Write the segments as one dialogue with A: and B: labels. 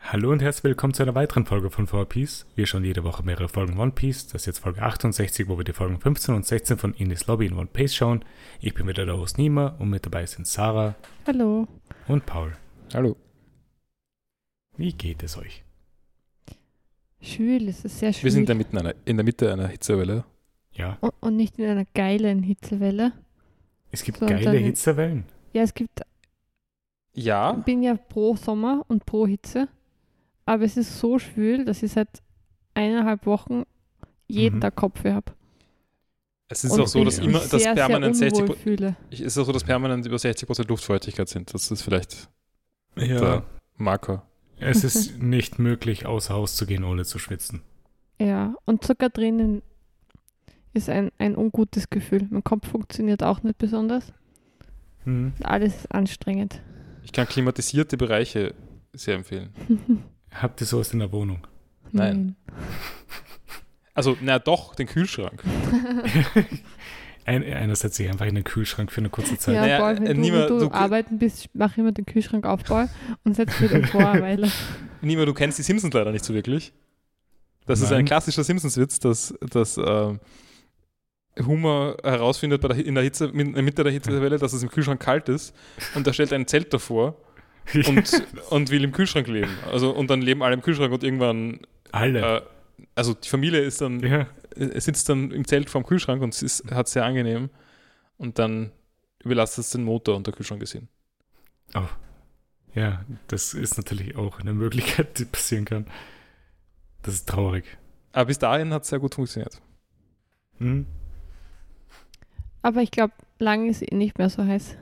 A: Hallo und herzlich willkommen zu einer weiteren Folge von 4 Piece. Wir schauen jede Woche mehrere Folgen One Piece. Das ist jetzt Folge 68, wo wir die Folgen 15 und 16 von Ines Lobby in One Piece schauen. Ich bin wieder der Host Nima und mit dabei sind Sarah
B: Hallo.
A: und Paul.
C: Hallo.
A: Wie geht es euch?
B: Schwül, es ist sehr schwül.
C: Wir sind da mitten einer, in der Mitte einer Hitzewelle.
A: Ja,
B: und, und nicht in einer geilen Hitzewelle.
A: es gibt
B: So, und
A: geile
B: dann-
A: Hitzewellen.
B: Ja, es gibt, ich
C: Ja.
B: bin ja pro Sommer und pro Hitze, aber es ist so schwül, dass ich seit eineinhalb Wochen jeden
A: Mhm.
B: Tag Kopfweh habe.
C: Es ist
B: Und
C: auch so, dass
A: bin
C: immer
B: mich
C: dass
B: sehr,
C: permanent
B: sehr
C: 60
B: unwohl fühle.
C: ich- es ist auch so, dass permanent über 60 Prozent Luftfeuchtigkeit sind. Das ist vielleicht
A: Ja.
C: der Marker.
A: Es ist nicht möglich, außer Haus zu gehen, ohne zu schwitzen.
B: Ja, und sogar drinnen ist ein, ein ungutes Gefühl. Mein Kopf funktioniert auch nicht besonders.
A: Hm.
B: Alles ist anstrengend.
C: Ich kann klimatisierte Bereiche sehr empfehlen.
A: Habt ihr sowas in der Wohnung?
C: Nein. Also, na doch, den Kühlschrank.
A: Ein, einer setzt sich einfach in den Kühlschrank für eine kurze Zeit.
B: Ja,
C: Naja,
B: Paul, wenn
C: äh,
B: du,
C: niemand-
B: wenn du,
C: du-
B: arbeiten bist, mach ich immer den Kühlschrank auf, Paul, und setz mich dann vor, weil
C: Nima, du kennst die Simpsons leider nicht so wirklich. Das ist
A: Nein.
C: ein klassischer Simpsons-Witz, dass, dass ähm, Homer herausfindet bei der, Hi- in der Hitze, in der Mitte der Hitzewelle, dass es im Kühlschrank kalt ist und er stellt ein Zelt davor und, und will im Kühlschrank leben. Also, und dann leben alle im Kühlschrank und irgendwann,
A: Alle.
C: äh, also die Familie ist dann,
A: ja.
C: äh, sitzt dann im Zelt vorm Kühlschrank und es hat sehr angenehm und dann überlasst es den Motor und der Kühlschrank ist hin.
A: Ja, das ist natürlich auch eine Möglichkeit, die passieren kann. Das ist traurig.
C: Aber bis dahin hat es sehr gut funktioniert.
A: Hm?
B: Aber ich glaube, lang ist eh nicht mehr so heiß.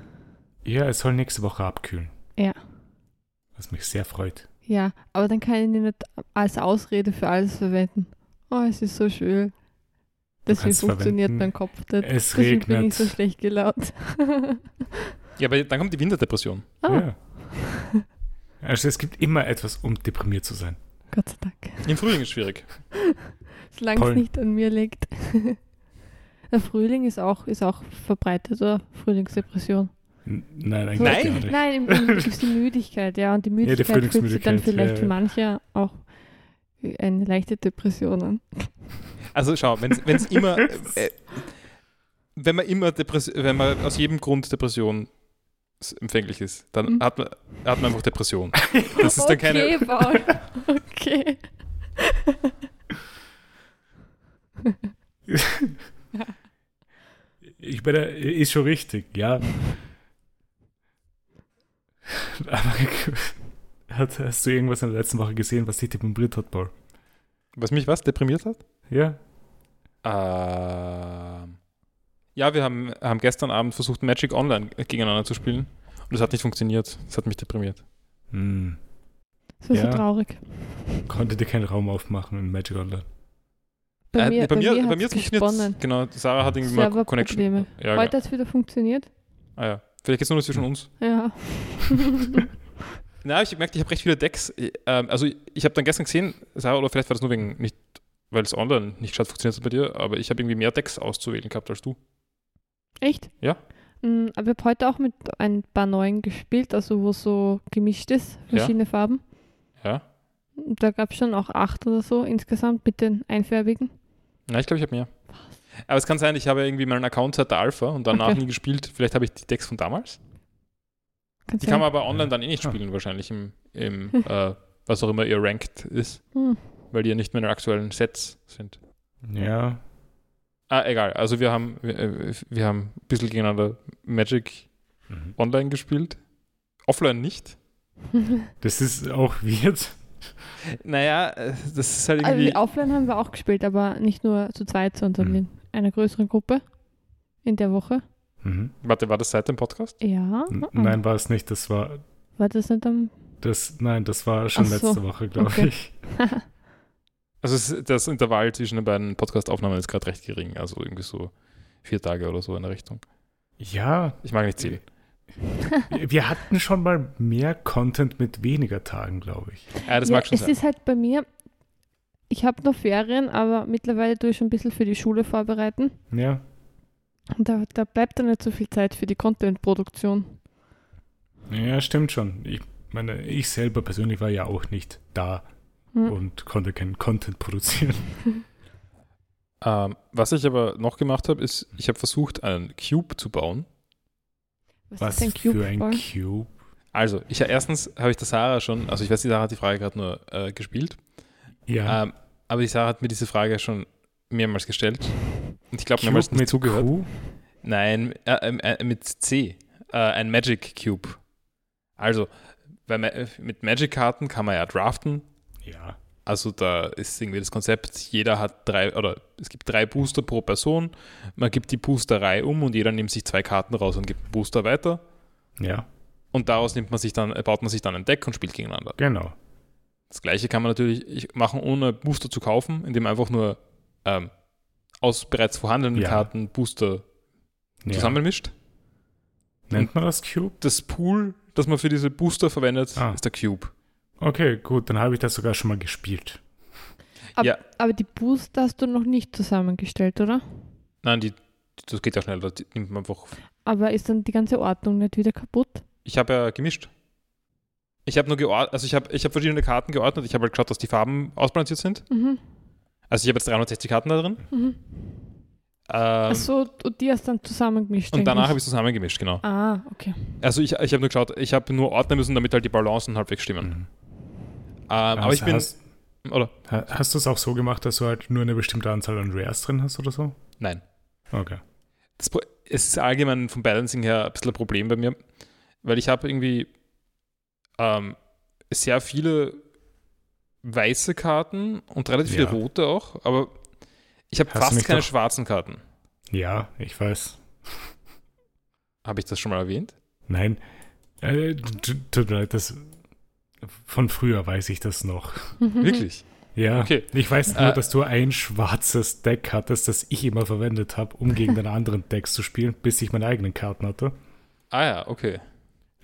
A: Ja, es soll nächste Woche abkühlen.
B: Ja.
A: Was mich sehr freut.
B: Ja, aber dann kann ich ihn nicht als Ausrede für alles verwenden. Oh, es ist so schön. Deswegen
A: kannst
B: funktioniert
A: verwenden,
B: mein Kopf nicht.
A: Es
B: Deswegen bin ich
A: regnet.
B: so schlecht gelaunt.
C: Ja, aber dann kommt die Winterdepression.
B: ah,
A: Ja. Also es gibt immer etwas, um deprimiert zu sein.
B: Gott sei Dank.
C: Im Frühling ist schwierig.
B: Solange
A: Paul.
B: es nicht an mir liegt. Der Frühling ist auch, ist auch verbreitet, oder? Frühlingsdepression.
A: N nein, eigentlich
C: Nein.
A: gar nicht.
B: Nein, im, im, gibt's die Müdigkeit, ja. Und die
A: die
B: Müdigkeit fühlt sich dann
A: Frühlingsmüdigkeit,
B: vielleicht
A: ja, ja.
B: für manche auch eine leichte Depression an.
C: Also schau, wenn es immer, äh, wenn man immer Depress wenn man aus jedem Grund Depression s- empfänglich ist, dann
B: Mhm.
C: hat, man, hat man einfach Depression. Das ist dann keine.
B: okay, Paul. Okay.
A: Ich meine, ist schon richtig, ja. Aber hat, hast du irgendwas in der letzten Woche gesehen, was dich deprimiert hat, Paul?
C: Was mich was deprimiert hat?
A: Ja?
C: Ähm, ja, wir haben, haben gestern Abend versucht, Magic Online gegeneinander zu spielen. Und es hat nicht funktioniert. Es hat mich deprimiert.
A: Hm.
B: Das war
A: Ja.
B: so traurig.
A: Konnte dir keinen Raum aufmachen in Magic Online.
B: Bei
C: Äh,
B: mir,
C: bei mir, bei mir
B: hat's
C: hat's
B: gesponnen.
C: funktioniert. Genau, Sarah hat irgendwie mal Connection.
B: Serverprobleme.
C: Ja,
B: Heute
C: genau.
B: hat es wieder funktioniert.
C: ah, ja. Vielleicht geht es nur noch zwischen uns.
B: Ja.
C: Na, ich merke, ich habe recht viele Decks. Ähm, also ich, ich habe dann gestern gesehen, Sarah, oder vielleicht war das nur wegen nicht, weil es online nicht statt funktioniert hat bei dir, aber ich habe irgendwie mehr Decks auszuwählen gehabt als du.
B: Echt?
C: Ja.
B: Mm, Aber ich habe heute auch mit ein paar neuen gespielt, also wo es so gemischt ist, verschiedene Farben.
C: Ja.
B: Da gab es schon auch acht oder so insgesamt mit den einfärbigen.
C: Na, ich glaube, ich habe mehr. Aber es kann sein, ich habe irgendwie meinen Account seit der Alpha und danach
B: Okay.
C: nie gespielt. Vielleicht habe ich die Decks von damals.
B: Kann's
C: Die kann
B: sein?
C: man aber online dann eh nicht
A: Ah.
C: spielen, wahrscheinlich im, im äh, was auch immer ihr ranked ist,
B: Hm.
C: weil die ja nicht mehr in den aktuellen Sets sind.
A: Ja.
C: Ah, egal. Also wir haben, wir, äh, wir haben ein bisschen gegeneinander Magic
A: Mhm.
C: online gespielt. Offline nicht.
B: Hm.
A: Das ist auch weird.
C: Naja, äh, das ist halt
B: Also
C: irgendwie.
B: offline haben wir auch gespielt, aber nicht nur zu zweit, sondern
A: Mhm.
B: in einer größeren Gruppe in der Woche.
A: Mhm.
C: Warte, war das seit dem Podcast?
B: Ja. ah.
A: N- Nein, war es nicht. Das war
B: War das nicht am.
A: das. Nein, das war schon
B: Ach so.
A: letzte Woche, glaube
B: Okay.
A: ich.
C: Also es, das Intervall zwischen den beiden Podcast-Aufnahmen ist gerade recht gering, also irgendwie so vier Tage oder so in der Richtung.
A: Ja,
C: Ich mag nicht zählen.
A: wir hatten schon mal mehr Content mit weniger Tagen, glaube ich.
C: Ja, das
B: ja,
C: mag schon
B: es
C: sein.
B: ist halt bei mir, ich habe noch Ferien, aber mittlerweile tue ich schon ein bisschen für die Schule vorbereiten.
A: Ja.
B: Und da, da bleibt dann nicht so viel Zeit für die Content-Produktion.
A: Ja, stimmt schon. Ich meine, ich selber persönlich war ja auch nicht da
B: Hm.
C: Oh,
A: und konnte keinen Content produzieren.
C: Ähm, was ich aber noch gemacht habe, ist, ich habe versucht, einen Cube zu bauen.
A: Was
B: ist ein
A: für ein
B: Cubeball?
A: Cube?
C: Also, ich, erstens habe ich der Sarah schon, also ich weiß, die Sarah hat die Frage gerade nur äh, gespielt,
A: Ja,
C: ähm, aber die Sarah hat mir diese Frage schon mehrmals gestellt und ich glaube,
A: Cube
C: mehrmals nicht
A: mit
C: zugehört.
A: Q?
C: Nein, äh, ähm, äh, mit C. Äh, ein Magic Cube. Also, weil ma äh, mit Magic-Karten kann man ja draften.
A: Ja.
C: Also da ist irgendwie das Konzept, jeder hat drei, oder es gibt drei Booster pro Person. Man gibt die Boosterei um und jeder nimmt sich zwei Karten raus und gibt einen Booster weiter.
A: Ja,
C: Und daraus nimmt man sich dann, äh, baut man sich dann ein Deck und spielt gegeneinander.
A: genau.
C: Das gleiche kann man natürlich ich- machen, ohne Booster zu kaufen, indem man einfach nur ähm, aus bereits vorhandenen
A: Ja.
C: Karten Booster
A: Ja.
C: zusammenmischt.
A: Nennt man das Cube?
C: das Pool, das man für diese Booster verwendet,
A: Ah.
C: ist der Cube.
A: Okay, gut, dann habe ich das sogar schon mal gespielt.
B: Ab-
C: Ja.
B: Aber die Booster hast du noch nicht zusammengestellt, oder?
C: Nein, die, das geht ja schnell. Da nimmt man einfach.
B: Aber ist dann die ganze Ordnung nicht wieder kaputt?
C: Ich habe ja gemischt. Ich habe nur geordnet, also ich habe ich hab verschiedene Karten geordnet. Ich habe halt geschaut, dass die Farben ausbalanciert sind.
B: Mhm.
C: Also ich habe jetzt 360 Karten da drin.
B: Mhm.
C: Ähm,
B: Achso, und die hast dann zusammengemischt.
C: und danach habe
B: eigentlich.
C: ich zusammengemischt, genau.
B: Ah, okay.
C: Also ich, ich habe nur geschaut, ich habe nur ordnen müssen, damit halt die Balancen halbwegs stimmen.
A: Mhm.
C: Ähm,
A: Ah,
C: aber ich bin.
A: also hast,
C: Oder?
A: ha- hast du es auch so gemacht, dass du halt nur eine bestimmte Anzahl an Rares drin hast oder so?
C: Nein.
A: Okay.
C: das, Pro- es ist allgemein vom Balancing her ein bisschen ein Problem bei mir, weil ich habe irgendwie ähm, sehr viele weiße Karten und relativ
A: Ja.
C: viele rote auch, aber ich habe
A: Hast du
C: fast
A: nicht
C: keine
A: doch-
C: schwarzen Karten.
A: Ja, ich weiß.
C: Habe ich das schon mal erwähnt?
A: Nein. Äh, t- tut mir leid, das von früher weiß ich das noch.
C: Wirklich?
A: Ja.
C: Okay.
A: Ich weiß nur,
C: Äh,
A: dass du ein schwarzes Deck hattest, das ich immer verwendet habe, um gegen deine anderen Decks zu spielen, bis ich meine eigenen Karten hatte.
C: Ah ja, okay.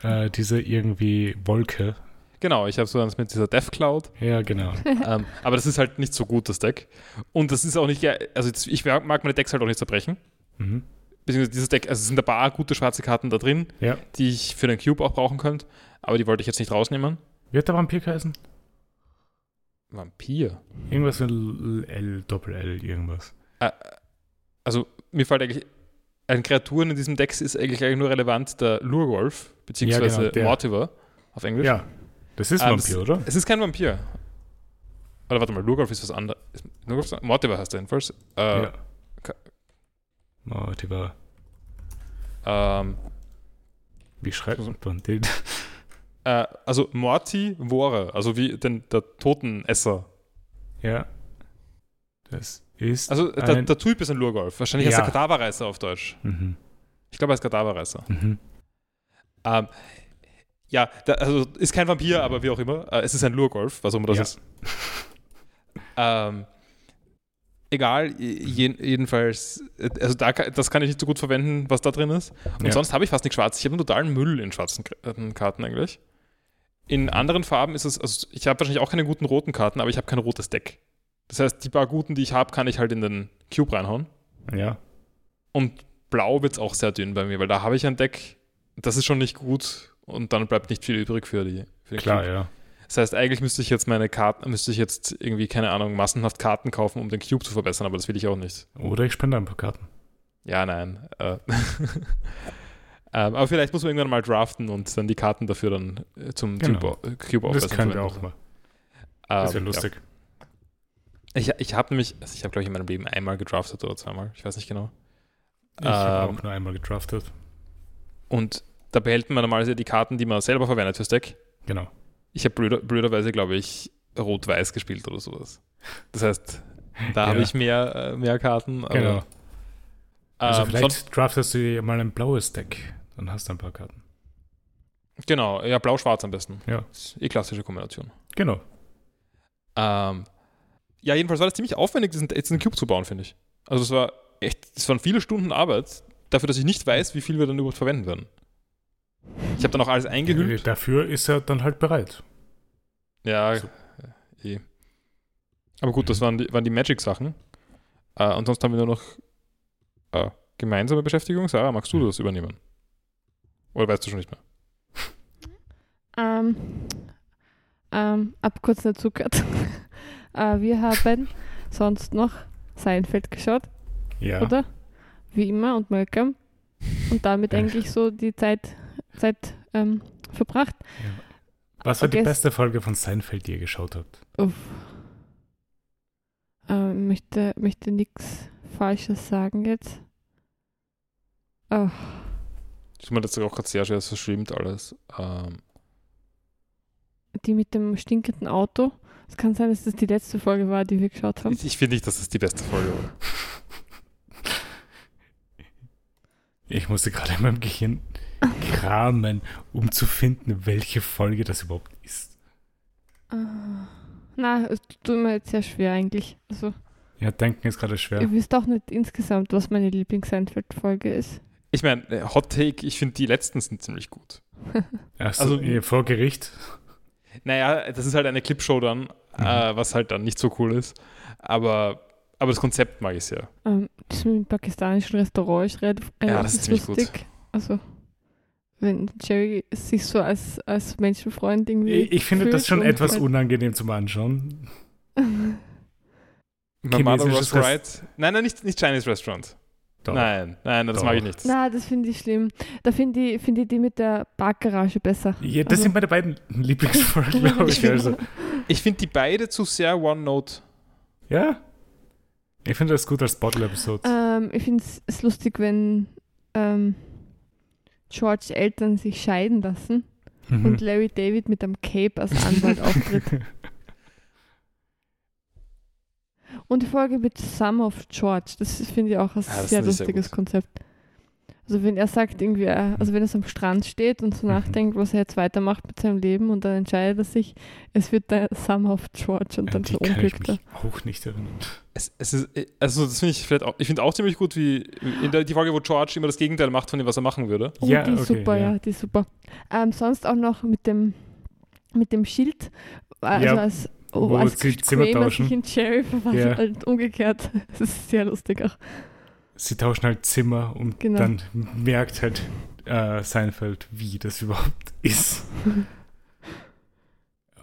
A: Äh, diese irgendwie Wolke.
C: Genau, ich habe so eins mit dieser Death Cloud,
A: Ja, genau.
C: ähm, aber das ist halt nicht so gut, das Deck. Und das ist auch nicht, ge- also jetzt, ich mag meine Decks halt auch nicht zerbrechen.
A: Mhm.
C: Beziehungsweise dieses Deck, also es sind ein paar gute schwarze Karten da drin,
A: Ja.
C: die ich für den Cube auch brauchen könnte, aber die wollte ich jetzt nicht rausnehmen.
A: Wird der Vampir heißen?
C: Vampir.
A: Irgendwas mit L, L Doppel L, irgendwas.
C: Äh, also mir fällt eigentlich an Kreaturen in diesem Deck ist eigentlich eigentlich nur relevant der Lurgolf beziehungsweise
A: Ja, genau, der.
C: Mortimer auf Englisch.
A: Ja. Das ist
C: Ah, das-
A: Vampir, oder?
C: Es ist kein Vampir. Oder warte mal, Lurgolf ist was anderes. Mortimer heißt er jedenfalls. Äh,
A: ja.
C: ka-
A: Oh, die war.
C: ähm,
A: Wie schreibt man den?
C: äh, also Morti Vore, also wie den, der Totenesser.
A: Ja. Das ist.
C: Also der,
A: Ein-
C: der Typ ist ein Lurgolf. Wahrscheinlich heißt
A: Ja.
C: er Kadaverreißer auf Deutsch.
A: mhm.
C: Ich glaube, er ist Kadaverreißer.
A: Mhm.
C: Ähm, ja, da, also ist kein Vampir, aber wie auch immer. Äh, es ist ein Lurgolf, was auch immer das
A: Ja.
C: ist. ähm, egal, je- je- jedenfalls, äh, also da, ka- das kann ich nicht so gut verwenden, was da drin ist. Und
A: Ja.
C: sonst habe ich fast nichts schwarz. Ich habe einen totalen Müll in schwarzen K- äh, Karten eigentlich. In anderen Farben ist es, also ich habe wahrscheinlich auch keine guten roten Karten, aber ich habe kein rotes Deck. Das heißt, die paar guten, die ich habe, kann ich halt in den Cube reinhauen.
A: Ja.
C: Und blau wird es auch sehr dünn bei mir, weil da habe ich ein Deck, das ist schon nicht gut und dann bleibt nicht viel übrig für, die, für den
A: Klar,
C: Cube.
A: ja.
C: Das heißt, eigentlich müsste ich jetzt meine Karten, müsste ich jetzt irgendwie, keine Ahnung, massenhaft Karten kaufen, um den Cube zu verbessern, aber das will ich auch nicht.
A: Oder ich spende ein paar Karten.
C: Ja, nein. Äh. ähm, aber vielleicht muss man irgendwann mal draften und dann die Karten dafür dann äh, zum
A: Genau.
C: Cube, au- äh, Cube
A: Das
C: aufbessern.
A: können wir auch
C: verwenden.
A: mal.
C: Ähm,
A: Das wäre lustig.
C: Ja. Ich, ich habe nämlich, also ich habe glaube ich in meinem Leben einmal gedraftet oder zweimal, ich weiß nicht genau.
A: Ich habe
C: Ähm,
A: auch nur einmal gedraftet.
C: Und da behält man normalerweise die Karten, die man selber verwendet fürs Deck.
A: Genau.
C: Ich habe blöder, blöderweise, glaube ich, Rot-Weiß gespielt oder sowas. Das heißt, da
A: Ja.
C: habe ich mehr, äh, mehr Karten. Aber,
A: Genau.
C: ähm,
A: Also
C: sonst,
A: vielleicht draftest du dir mal ein blaues Deck. Dann hast du ein paar Karten.
C: genau, ja, blau-schwarz am besten.
A: Ja.
C: Das ist eh klassische Kombination.
A: Genau.
C: Ähm, ja, jedenfalls war das ziemlich aufwendig, diesen, jetzt einen Cube zu bauen, finde ich. Also es war echt, es waren viele Stunden Arbeit dafür, dass ich nicht weiß, wie viel wir dann überhaupt verwenden werden. Ich habe dann auch alles eingehüllt.
A: Äh, Dafür ist er dann halt bereit.
C: Ja,
A: So.
C: eh. Aber gut, das
A: Mhm.
C: waren die, waren die Magic-Sachen. Äh, und sonst haben wir nur noch äh, gemeinsame Mhm. Beschäftigung. Sarah, magst du das übernehmen? Oder weißt du schon nicht mehr?
B: Ähm, ähm, ab kurz nicht zugehört. äh, wir haben sonst noch Seinfeld geschaut,
A: Ja.
B: oder? Wie immer und Malcolm. Und damit
A: Ja.
B: eigentlich so die Zeit, Zeit ähm, verbracht.
A: Was war die
B: Okay.
A: beste Folge von Seinfeld, die ihr geschaut habt?
B: Uff. Ähm, möchte möchte nichts Falsches sagen jetzt. Oh,
C: Ich meine, das ist auch gerade sehr schwer, es verschwimmt alles. Ähm,
B: die mit dem stinkenden Auto. Es kann sein, dass das die letzte Folge war, die wir geschaut haben.
C: ich ich finde nicht, dass das die beste Folge war.
A: Ich musste gerade in meinem Gehirn kramen, um zu finden, welche Folge das überhaupt ist.
B: Ah. Na, es tut mir jetzt sehr schwer eigentlich. Also,
A: Ja, denken ist gerade schwer.
B: ihr wisst auch nicht insgesamt, was meine Lieblings-Seinfeld-Folge ist.
C: Ich meine, äh, Hot Take, ich finde die letzten sind ziemlich gut.
A: Achso,
C: also-
A: also, vor Gericht.
C: Naja, das ist halt eine Clipshow dann, äh, was halt dann nicht so cool ist. Aber, aber das Konzept mag ich sehr.
B: Ähm, das mit dem pakistanischen Restaurant ist relativ,
C: Ja, das ist
B: relativ
C: ziemlich gut.
B: lustig. Also, wenn Jerry sich so als, als Menschenfreund irgendwie.
A: Ich, ich finde das
B: fühlt
A: schon
B: und
A: etwas
B: halt-
A: unangenehm zum Anschauen.
C: My mother
A: Chinesisches
C: was right. Nein, nein, nicht, nicht Chinese Restaurant.
A: Doch.
C: Nein, nein, das
A: Doch.
C: mag ich nicht.
B: Na, das finde ich schlimm. Da finde ich, find ich die mit der Parkgarage besser.
A: Ja, das
B: Also-
A: sind meine beiden Lieblingsfolgen, glaube ich. Also.
C: Ich finde die beide zu sehr One-Note.
A: Ja. Ich finde das gut als Bottle-Episode.
B: Ähm, ich finde es lustig, wenn ähm, George Eltern sich scheiden lassen Äh,
A: Mhm.
C: Mhm.
B: und Larry David mit einem Cape als Anwalt auftritt. Und die Folge mit Sum of George, das ist- finde ich auch ein
C: Ja, das
B: sehr
C: finde ich sehr
B: lustiges
C: gut.
B: Konzept. Also wenn er sagt, irgendwie, er- also wenn er so am Strand steht und so
A: Mhm.
B: nachdenkt, was er jetzt weitermacht mit seinem Leben und dann entscheidet er sich, es wird der Sum of George und
A: An
B: dann
A: die kann ich
B: verunglückt er.
A: mich auch nicht erinnern.
C: Es, es ist, also das finde ich vielleicht auch, ich finde auch ziemlich gut, wie in der, die Folge, wo George immer das Gegenteil macht von dem, was er machen würde.
B: Oh,
A: Ja,
B: die ist
A: okay,
B: super, ja.
A: ja.
B: die ist super. Ähm, sonst auch noch mit dem, mit dem Schild, äh, also
A: Ja,
B: als,
A: wo
B: oh, als
A: sie Zimmer
B: Kramer
A: tauschen.
B: sich in Jerry verwandelt
A: Ja.
B: und umgekehrt. Das ist sehr lustig auch.
A: Sie tauschen halt Zimmer und
B: Genau.
A: dann merkt halt äh, Seinfeld, wie das überhaupt ist.
B: Nein,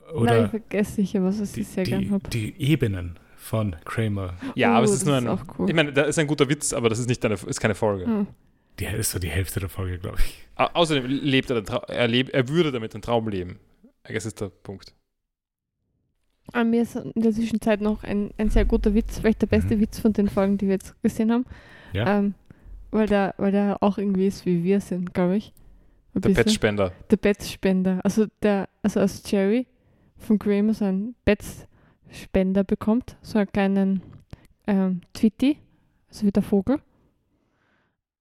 B: ich
A: Oder
B: vergesse sicher, was was
A: die,
B: ich sehr
A: die,
B: gern habe.
A: die Ebenen von Kramer.
C: Ja, aber es
B: Oh,
C: ist nur
B: das
C: ein,
B: ist auch cool.
C: ich meine, da ist ein guter Witz, aber das ist nicht eine, ist keine Folge.
B: Mhm.
A: Die ist so die Hälfte der Folge, glaube ich.
C: Au- Außerdem lebt er, den Trau- er, leb, er würde damit den Traum leben. Das ist der Punkt.
B: Ah, mir ist in der Zwischenzeit noch ein, ein sehr guter Witz, vielleicht der beste
A: Mhm.
B: Witz von den Folgen, die wir jetzt gesehen haben.
A: Ja.
B: Ähm, weil der, weil der auch irgendwie ist, wie wir sind, glaube ich. Ein
C: Der
B: bisschen.
C: Patchspender.
B: der Bettspender. Also der, also als Jerry von Kramer so einen Bettspender bekommt, so einen kleinen ähm, Twitty, also wie der Vogel.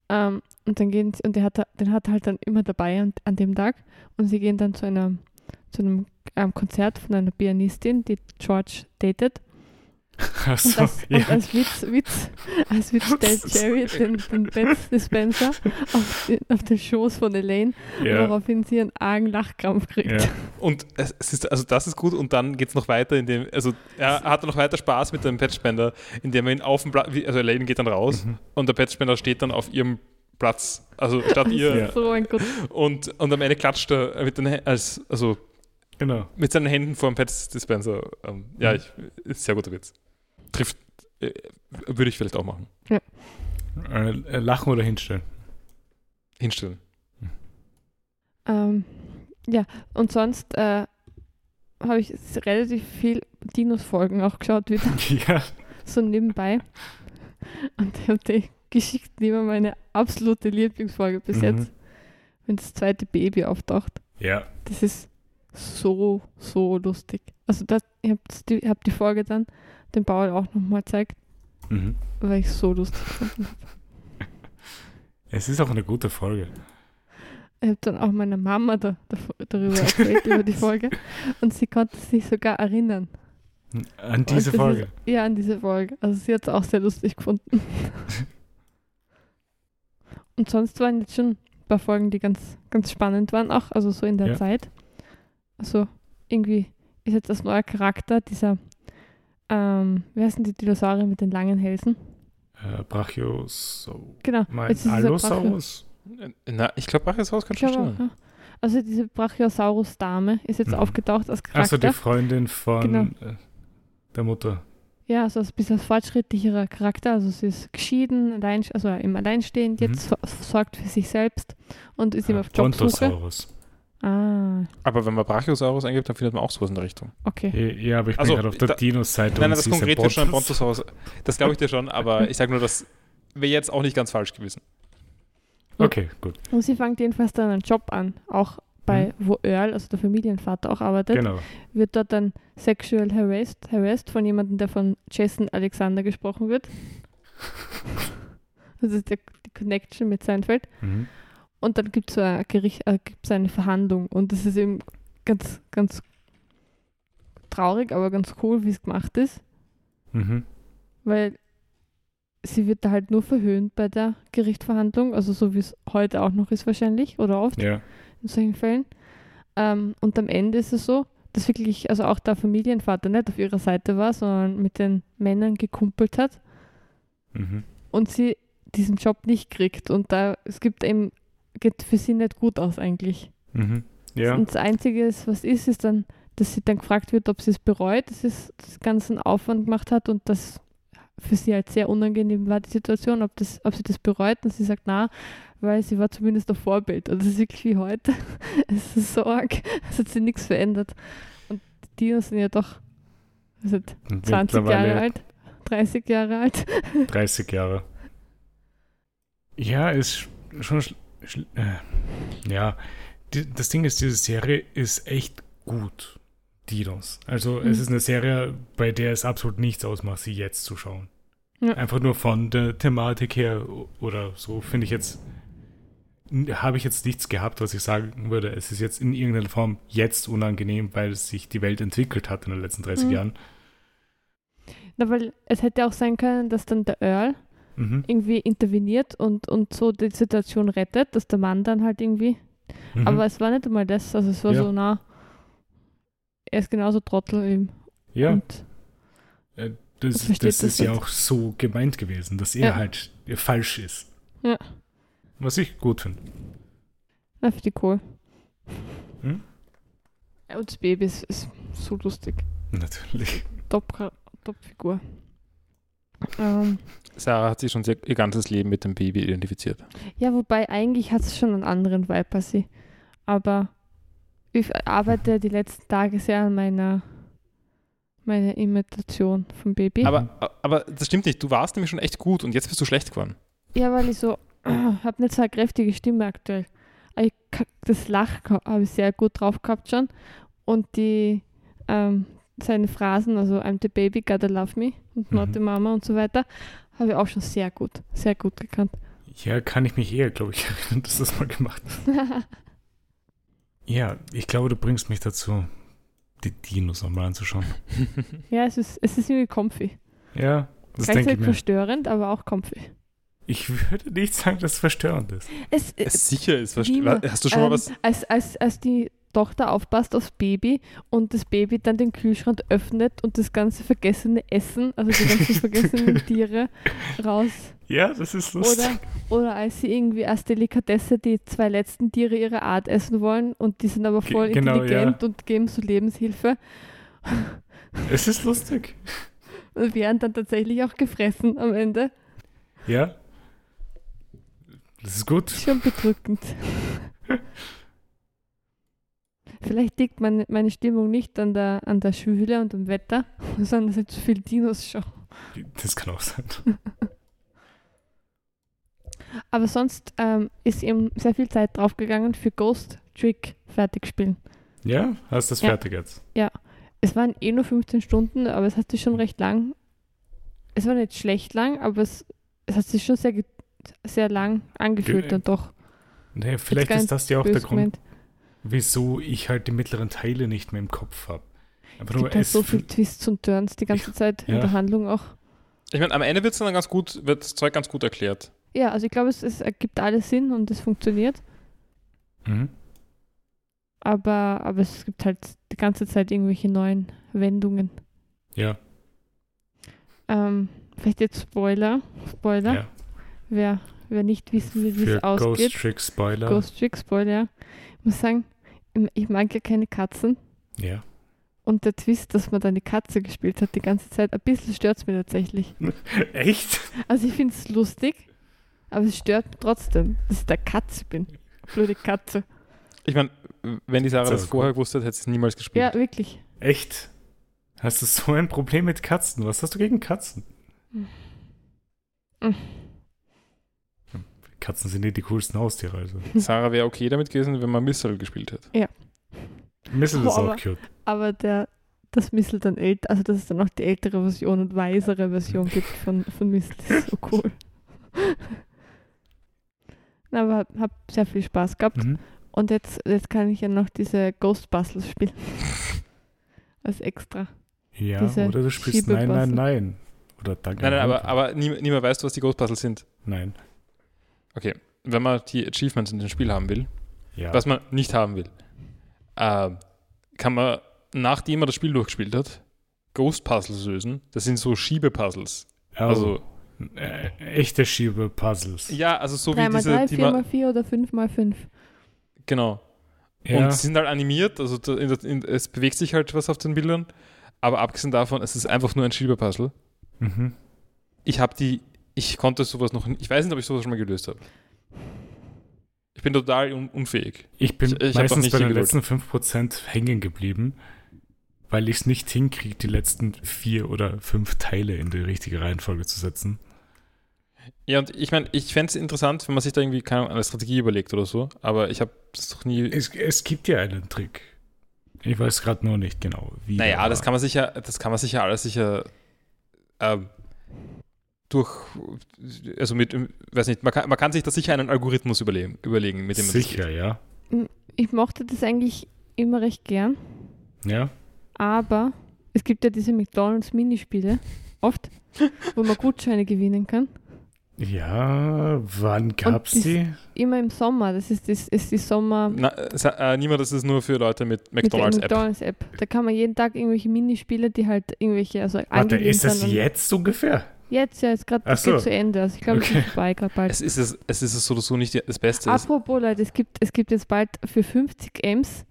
B: Ähm, und dann gehen sie, und der hat, er- den hat er halt dann immer dabei an, an dem Tag. Und sie gehen dann zu einer, zu einem ähm, Konzert von einer Pianistin, die George datet. Und,
A: Achso,
B: als, und als Witz, Witz, als Witz stellt Jerry den, den Bettdispenser auf, den- auf den Schoß von Elaine
A: ja.
B: woraufhin sie einen argen Lachkrampf kriegt.
A: ja.
C: Und es, es ist, also das ist gut und dann geht es noch weiter, indem, also er hat noch weiter Spaß mit dem Patchspender, indem er ihn auf dem Platz, also Elaine geht dann raus
A: Mhm.
C: und der Patchspender steht dann auf ihrem Platz, also statt ihr
A: Ja.
B: So ein Gott.
C: und, und am Ende klatscht er mit, den, Hä- als, also
A: Genau.
C: mit seinen Händen vor dem Patchdispenser. Ähm, ja,
A: Mhm.
C: ich, ist sehr guter Witz. Trifft, äh, würde ich vielleicht auch machen.
A: Äh, äh, lachen oder hinstellen.
C: Hinstellen.
B: Ähm, ja, und sonst äh, habe ich s- relativ viel Dinos-Folgen auch geschaut, wieder
A: ja.
B: so nebenbei. Und ich habe die geschickt lieber meine absolute Lieblingsfolge bis
A: Mhm.
B: jetzt, wenn das zweite Baby auftaucht.
A: Ja.
B: Das ist so, so lustig. Also das, ich habe die, ich hab die Folge dann dem Paul auch nochmal gezeigt,
A: Mhm.
B: weil ich so lustig fand.
A: Es ist auch eine gute Folge.
B: Ich habe dann auch meiner Mama da, da, darüber erzählt, über die Folge. Und sie konnte sich sogar erinnern.
A: An diese
B: Und das
A: Folge.
B: Ist, ja, an diese Folge. Also sie hat es auch sehr lustig gefunden. Und sonst waren jetzt schon ein paar Folgen, die ganz, ganz spannend waren, auch, also so in der
A: Ja.
B: Zeit. Also irgendwie ist jetzt das neue Charakter dieser, ähm, wie heißen die Dinosaurier mit den langen Hälsen?
A: Äh, Brachiosaurus.
B: Genau.
A: Mein
B: Jetzt ist es ein Brachio-
A: Allosaurus.
C: Na, ich glaube, Brachiosaurus kann
B: Ich
C: schon
B: glaube auch,
C: stimmen.
B: ja. Also diese Brachiosaurus-Dame ist jetzt
A: Mhm.
B: aufgetaucht als
A: Also
B: Charakter.
A: die Freundin von
B: Genau.
A: äh, der Mutter.
B: ja, also als bisschen fortschrittlicherer Charakter. Also sie ist geschieden, allein, also im Alleinstehend,
A: Mhm.
B: jetzt so- sorgt für sich selbst und ist
A: äh,
B: immer auf Jobsuche.
A: Brontosaurus.
B: Ah,
C: Aber wenn man Brachiosaurus eingibt, dann findet man auch sowas in der Richtung.
B: okay.
A: Ja, aber ich bin
C: Also,
A: gerade auf der
C: da-
A: Dinos-Seite. und
C: Nein, nein, das
A: sie ist ein
C: konkret ist schon ein
A: Brontos-
C: Brontosaurus. Das glaube ich dir schon, aber ich sage nur, das wäre jetzt auch nicht ganz falsch gewesen.
A: Okay, gut. Mhm.
B: Und sie fängt jedenfalls dann einen Job an, auch bei, wo Earl, also der Familienvater, auch arbeitet.
A: Genau.
B: wird dort dann sexual harassed, harassed von jemandem, der von Jason Alexander gesprochen wird. Das ist der, die Connection mit Seinfeld.
A: Mhm.
B: Und dann gibt es ein Gericht, äh, gibt's eine Verhandlung und das ist eben ganz, ganz traurig, aber ganz cool, wie es gemacht ist,
A: Mhm.
B: weil sie wird da halt nur verhöhnt bei der Gerichtsverhandlung, also so wie es heute auch noch ist wahrscheinlich oder oft
A: Ja.
B: in solchen Fällen. Ähm, und am Ende ist es so, dass wirklich, also auch der Familienvater nicht auf ihrer Seite war, sondern mit den Männern gekumpelt hat
A: Mhm.
B: und sie diesen Job nicht kriegt. Und da es gibt eben, geht für sie nicht gut aus eigentlich.
A: Mhm. Ja.
B: Und das Einzige, ist, was ist, ist dann, dass sie dann gefragt wird, ob sie es bereut, dass sie es- das ganzen Aufwand gemacht hat und das für sie halt sehr unangenehm war, die Situation, ob, das, ob sie das bereut. Und sie sagt, na, weil sie war zumindest ein Vorbild. Und das ist wirklich wie heute. Es ist so arg. Es hat sich nichts verändert. Und die Dinos sind ja doch was ist,
A: Und
B: 20 Jahre
A: mittlerweile
B: alt, 30 Jahre alt.
A: 30 Jahre. Ja, ist sch- schon. schl- schl- äh, ja, die, das Ding ist, diese Serie ist echt gut. Dinos. Also, es
B: Mhm.
A: ist eine Serie, bei der es absolut nichts ausmacht, sie jetzt zu schauen.
B: Ja.
A: Einfach nur von der Thematik her o- oder so, finde ich jetzt. n- Habe ich jetzt nichts gehabt, was ich sagen würde. Es ist jetzt in irgendeiner Form jetzt unangenehm, weil sich die Welt entwickelt hat in den letzten 30
B: Mhm.
A: Jahren.
B: Na, weil es hätte auch sein können, dass dann der Earl
A: Mhm.
B: irgendwie interveniert und, und so die Situation rettet, dass der Mann dann halt irgendwie.
A: Mhm.
B: Aber es war nicht einmal das, also es war
A: Ja.
B: so, na, er ist genauso Trottel eben.
A: ja.
B: Und
A: Das,
B: Das
A: das,
B: versteht das
A: ist ja
B: nicht.
A: auch so gemeint gewesen, dass er
B: Ja.
A: halt falsch ist.
B: Ja.
A: Was ich gut finde.
B: na, für die Kohl.
A: Hm?
B: Ja, Und das Baby ist, ist so lustig.
A: Natürlich.
B: Top, top Figur. Ähm,
C: Sarah hat sich schon sehr, ihr ganzes Leben mit dem Baby identifiziert.
B: ja, wobei eigentlich hat es schon einen anderen Vibe als sie. Aber ich arbeite die letzten Tage sehr an meiner, meiner Imitation vom Baby.
C: Aber, aber das stimmt nicht. Du warst nämlich schon echt gut und jetzt bist du schlecht geworden.
B: Ja, weil ich so, habe nicht so eine kräftige Stimme aktuell. Aber Ich, ka- das Lachen habe ich sehr gut drauf gehabt schon. Und die, ähm, seine Phrasen, also I'm the baby, gotta love me und not
A: Mhm.
B: the mama und so weiter, habe ich auch schon sehr gut, sehr gut gekannt.
A: Ja, kann ich mich eher, glaube ich, erinnern, dass das mal gemacht hat. Ja, ich glaube, du bringst mich dazu, die Dinos nochmal anzuschauen.
B: ja, es ist, es ist irgendwie comfy.
A: Ja, das denke ich
B: Gleichzeitig
A: mir.
B: verstörend, aber auch comfy.
A: Ich würde nicht sagen, dass es verstörend ist.
B: Es,
C: Es äh, sicher ist. verste-
B: Niemand.
C: Hast du schon
B: ähm,
C: mal was?
B: Als, als, als die Tochter aufpasst aufs Baby und das Baby dann den Kühlschrank öffnet und das ganze vergessene Essen, also die ganzen vergessenen Tiere raus.
A: Ja, das ist lustig.
B: Oder, oder als sie irgendwie als Delikatesse die zwei letzten Tiere ihrer Art essen wollen und die sind aber
A: Ge-
B: voll
A: genau,
B: intelligent und geben so Lebenshilfe
A: Es ist lustig.
B: und werden dann tatsächlich auch gefressen am Ende.
A: Ja. Das ist gut.
B: Schon bedrückend. Vielleicht liegt meine, meine Stimmung nicht an der, an der Schwüle und dem Wetter, sondern es sind zu viel Dinos schon.
A: Das kann auch sein.
B: Aber sonst ähm, ist eben sehr viel Zeit draufgegangen für Ghost Trick fertig spielen.
A: Ja, hast das
B: Ja.
A: fertig jetzt.
B: Es waren eh nur 15 Stunden, aber es hat sich schon recht lang. Es war nicht schlecht lang, aber es, es hat sich schon sehr, ge- sehr lang angefühlt dann doch.
A: Naja, vielleicht
B: gar
A: ist
B: nicht
A: das ja auch der
B: Bös
A: Grund,
B: gemeint.
A: wieso ich halt die mittleren Teile nicht mehr im Kopf habe. Aber
B: Es gibt halt so viel Twists und Turns die ganze Zeit in
A: ja.
B: der Handlung auch.
C: Ich meine, am Ende wird es dann ganz gut, wird das Zeug ganz gut erklärt.
B: Ja, also ich glaube, es, es ergibt alles Sinn und es funktioniert,
A: Mhm.
B: aber, aber es gibt halt die ganze Zeit irgendwelche neuen Wendungen.
A: Ja,
B: Ähm, vielleicht jetzt Spoiler, Spoiler,
A: ja.
B: wer, wer nicht wissen will, wie
A: Für
B: es
A: Ghost
B: ausgeht.
A: Trick Spoiler.
B: Ghost Trick Spoiler. Ich muss sagen, ich mag ja keine Katzen.
A: Ja.
B: Und der Twist, dass man da eine Katze gespielt hat die ganze Zeit, ein bisschen stört es mich tatsächlich.
A: Echt?
B: Also ich finde es lustig, aber es stört mich trotzdem, dass ich der Katze bin. Blöde Katze.
C: Ich meine, wenn die Sarah
A: Das ist
C: das
A: aber
C: vorher gewusst hätte, hätte sie es niemals gespielt.
B: Ja, wirklich.
A: Echt? Hast du so ein Problem mit Katzen? Was hast du gegen Katzen?
B: Mhm.
A: Katzen sind nicht die coolsten Haustiere, also.
C: Sarah wäre okay damit gewesen, wenn man Missile gespielt hätte.
A: Missel
B: Oh,
A: ist auch
B: aber-
A: cute.
B: Aber der, das Missel dann älter, also dass es dann auch die ältere Version und weisere Version gibt von, von Missel, ist so cool. Na, Aber hab, hab sehr viel Spaß gehabt.
A: Mhm.
B: Und jetzt, jetzt kann ich ja noch diese Ghost Bustles spielen. Als extra.
A: Ja,
B: Diese
A: oder du spielst Nein, Nein,
B: Schiebebasse.
A: Nein. Oder Danke.
C: Nein, nein, aber, aber nie, niemand weiß, was die Ghostpuzzles sind.
A: Nein.
C: Wenn man die Achievements in dem Spiel haben will,
A: Ja.
C: was man nicht haben will, äh, kann man, nachdem man das Spiel durchgespielt hat, Ghost-Puzzles lösen. Das sind so Schiebepuzzles.
A: Also,
C: Also,
A: äh, echte Schiebepuzzles.
C: ja, also so wie
B: 3x3,
C: diese, die man,
B: 4x4 oder 5x5.
C: genau. Und sie sind halt animiert, also da- in, in, es bewegt sich halt was auf den Bildern. Aber abgesehen davon, es ist einfach nur ein Schiebepuzzle.
A: Mhm.
C: Ich habe die, ich konnte sowas noch, nicht- ich weiß nicht, ob ich sowas schon mal gelöst habe. Ich bin total un, unfähig.
A: Ich bin
C: Ich- ich hab noch
A: meistens
C: nicht
A: bei den
C: hingeholt.
A: letzten 5% hängen geblieben, weil ich es nicht hinkriege, die letzten vier oder fünf Teile in die richtige Reihenfolge zu setzen.
C: Ja, und ich meine, ich fände es interessant, wenn man sich da irgendwie keine Ahnung, eine Strategie überlegt oder so, aber ich habe es doch nie.
A: Es, es gibt ja einen Trick. Ich weiß gerade nur nicht genau, wie. der
C: Naja,
A: war.
C: das kann man sicher, das kann man sicher alles sicher ähm, durch, also mit, weiß nicht, man kann, man kann sich da sicher einen Algorithmus überlegen, überlegen mit dem man das
A: Sicher,
C: geht.
A: ja.
B: Ich mochte das eigentlich immer recht gern,
A: Ja.
B: aber es gibt ja diese McDonalds Minispiele, oft, wo man Gutscheine gewinnen kann.
A: Ja, wann gab's
B: ist-
A: die?
B: Immer im Sommer, das ist, das ist die Sommer
C: Na, äh, sa- äh, niemand, das ist nur für Leute mit
B: mit der
C: McDonalds-App.
B: McDonalds-App. Da kann man jeden Tag irgendwelche Minispiele, die halt irgendwelche, also
A: Warte,
B: angegeben
A: ist das
B: sind und-
A: jetzt ungefähr?
B: Jetzt, ja, jetzt gerade,
A: Ach
B: das geht
A: so.
B: zu Ende. Also ich glaube,
A: Okay.
B: es ist vorbei, gerade bald.
C: Es ist es, es ist es so oder so nicht die- das Beste. Es-
B: Apropos, Leute, es gibt, es gibt jetzt bald für 50 M's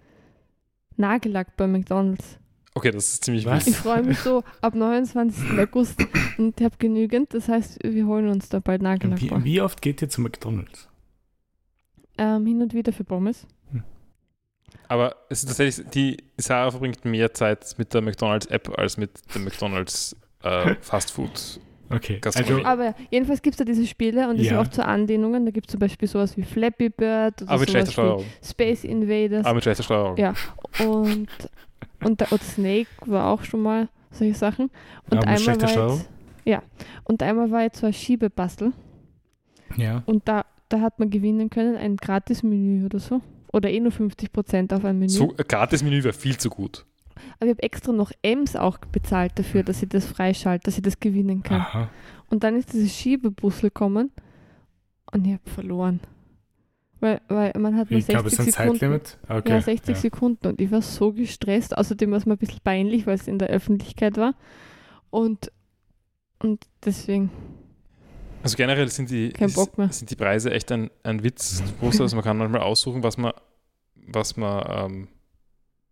B: Nagellack bei McDonalds.
C: Okay, das ist ziemlich
A: Was?
B: Ich
C: wild.
B: freue mich so ab 29. August und ich habe genügend. Das heißt, wir holen uns da bald Nagellack.
A: Wie,
B: bei.
A: wie oft geht ihr zu McDonalds? Hm,
B: Ähm, hin und wieder für Pommes.
C: Aber es ist tatsächlich, die Sarah verbringt mehr Zeit mit der McDonalds-App als mit dem McDonalds äh, Fast Food.
A: Okay.
C: Gastronomie.
A: Also,
B: Aber jedenfalls gibt es da diese Spiele und die sind
A: Ja.
B: oft so Anlehnungen. Da gibt es zum Beispiel sowas wie Flappy Bird oder
C: Aber mit schlechter
B: sowas wie
C: Steuerung.
B: Space Invaders
C: Aber mit schlechter Steuerung.
B: Ja. und, und der Odd Snake war auch schon mal solche Sachen.
A: Aber
B: Und
A: mit
B: einmal
A: schlechter
B: war
A: Steuerung?
B: jetzt, Ja. Und einmal war jetzt so ein Schiebebastel
A: ja.
B: und da, da hat man gewinnen können ein Gratis-Menü oder so. Oder eh nur 50% auf ein Menü.
C: So, äh, Gratis-Menü wäre viel zu gut.
B: Aber ich habe extra noch M's auch bezahlt dafür, dass ich das freischalte, dass ich das gewinnen kann.
A: Aha.
B: Und dann ist dieses Schiebebustel kommen und ich habe verloren. Weil, weil man hat nur
A: Ich
B: 60
A: glaube, es ist ein
B: Sekunden.
A: Zeitlimit. Okay.
B: ja, 60 Sekunden und ich war so gestresst. Außerdem war es mir ein bisschen peinlich, weil es in der Öffentlichkeit war. Und, und deswegen,
C: Also generell sind die,
B: Kein
C: ist,
B: Bock mehr.
C: sind die Preise echt ein, ein Witz. Groß. Also man kann manchmal aussuchen, was man, was man ähm,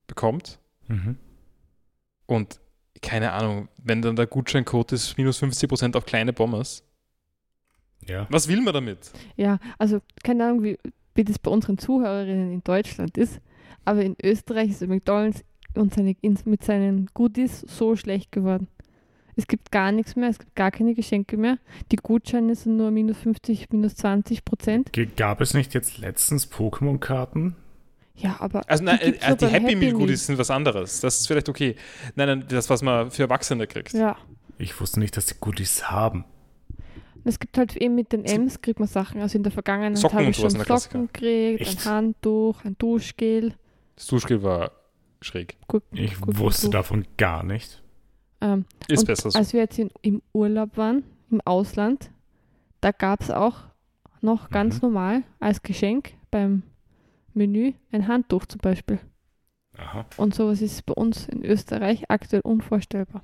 C: bekommt.
A: Mhm.
C: Und keine Ahnung, wenn dann der Gutscheincode ist, minus 50% auf kleine Bombers.
A: Ja.
C: Was will man damit?
B: ja, also keine Ahnung, wie, wie das bei unseren Zuhörerinnen in Deutschland ist, aber in Österreich ist der McDonalds und seine, ins- mit seinen Goodies so schlecht geworden. Es gibt gar nichts mehr, es gibt gar keine Geschenke mehr. Die Gutscheine sind nur minus 50, minus 20 Prozent.
A: G- Gab es nicht jetzt letztens Pokémon-Karten?
B: Ja, aber
C: Also nein,
B: die,
C: die,
B: gibt's nur
C: äh, die
B: beim
C: Happy Meal Goodies sind was anderes. Das ist vielleicht okay. Nein, nein, das, was man für Erwachsene kriegt.
B: Ja,
A: Ich wusste nicht, dass die Goodies haben.
B: Es gibt halt eben mit den M's kriegt man Sachen. Also in der Vergangenheit
C: Socken
B: habe
C: und
B: ich schon
C: sowas sind der
B: Socken gekriegt,
A: Echt?
B: ein Handtuch, ein Duschgel.
C: Das Duschgel war schräg.
B: Gut,
A: Ich
B: gut
A: wusste
B: Handtuch.
A: davon gar nicht.
B: Ähm,
C: Ist
B: Und
C: besser so.
B: als wir jetzt in, im Urlaub waren, im Ausland, da gab es auch noch ganz
A: Mhm.
B: normal als Geschenk beim Menü ein Handtuch zum Beispiel.
A: Aha.
B: Und sowas ist bei uns in Österreich aktuell unvorstellbar.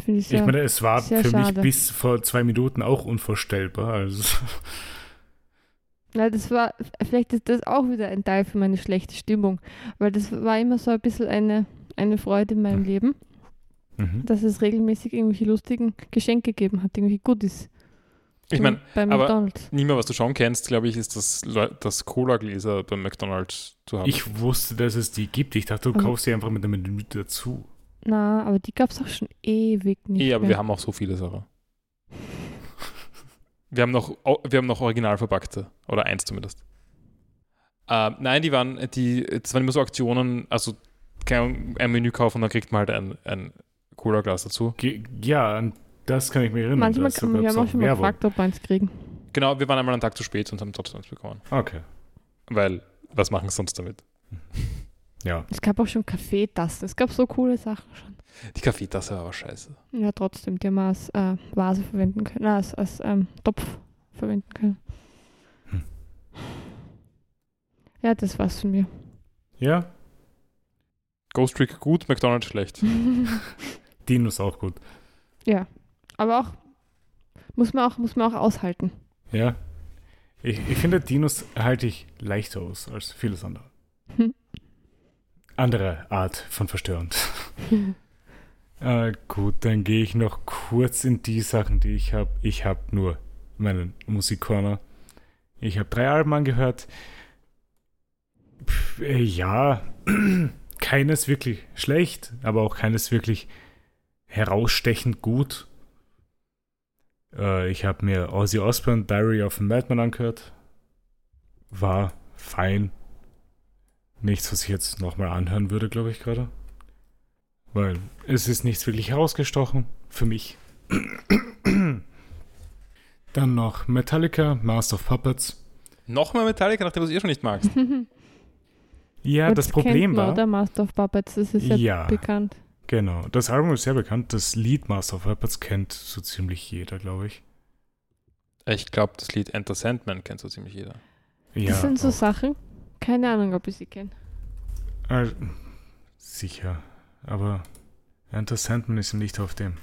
B: Finde ich sehr.
A: ich meine, es war
B: sehr
A: für mich
B: schade.
A: bis vor zwei Minuten auch unvorstellbar. Also
B: Ja, das war, vielleicht ist das auch wieder ein Teil für meine schlechte Stimmung, weil das war immer so ein bisschen eine, eine Freude in meinem Leben,
A: Mhm.
B: dass es regelmäßig irgendwelche lustigen Geschenke gegeben hat, irgendwelche Goodies.
C: Ich
B: Zum-
C: meine,
B: bei
C: aber-
B: McDonalds.
C: niemand, was du schon kennst, glaube ich, ist das, Leu- das Cola-Gläser beim McDonalds zu haben.
A: Ich wusste, dass es die gibt. Ich dachte, du
B: Aber-
A: kaufst sie einfach mit dem Menü dazu.
B: Na, aber die gab es auch schon ewig nicht.
C: eh, aber
B: mehr.
C: wir haben auch so viele Sachen. Wir haben noch, au- wir haben noch original verpackte. Oder eins zumindest. Ähm, nein, die waren, die, das waren immer so Aktionen, also keine Ahnung, ein Menü kaufen und dann kriegt man halt ein, ein Cola-Glas dazu.
A: Ge ja, an das kann ich mich erinnern.
B: Manchmal,
A: Das- da
C: also
B: wir
A: gab's
B: haben auch schon mal
A: Werbung.
B: gefragt, ob wir eins kriegen.
C: Genau, wir waren einmal einen Tag zu spät und haben trotzdem eins bekommen.
A: Okay.
C: Weil, was machen sie sonst damit?
A: Ja.
B: Es gab auch schon Kaffeetassen. Es gab so coole Sachen schon.
C: Die Kaffeetasse war aber scheiße.
B: Ja, trotzdem, die haben wir als äh, Vase verwenden können, nein, als, als ähm, Topf verwenden können.
A: Hm.
B: Ja, das war's von mir.
A: Ja,
C: Ghost Trick gut, McDonalds schlecht.
A: Dino ist auch gut.
B: Aber auch muss man auch, muss man auch aushalten.
A: Ja. Ich, ich finde, Dinos halte ich leichter aus als vieles andere.
B: Hm.
A: Andere Art von verstörend. Äh, gut, dann gehe ich noch kurz in die Sachen, die ich habe. Ich habe nur meinen Musikcorner. Ich habe drei Alben angehört. Pff, äh, ja, keines wirklich schlecht, aber auch keines wirklich herausstechend gut. Äh, ich habe mir Ozzy Osbourne Diary of a Madman angehört. War fein. Nichts, was ich jetzt nochmal anhören würde, glaube ich gerade. Weil es ist nichts wirklich herausgestochen für mich. Dann noch Metallica, Master of Puppets.
C: Nochmal Metallica, nachdem du es eh schon nicht magst.
A: Ja,
B: Und
A: das Problem
B: kennt man,
A: war.
B: Oder Master of Puppets, das ist ja,
A: Ja.
B: bekannt.
A: Genau, das Album ist sehr bekannt. Das Lied Master of Puppets kennt so ziemlich jeder, glaube ich.
C: Ich glaube, das Lied Enter Sandman kennt so ziemlich jeder.
A: Ja,
B: das sind so
A: auch.
B: Sachen. Keine Ahnung, ob ich sie kenne.
A: Äh, sicher. Aber Enter Sandman ist nicht auf dem.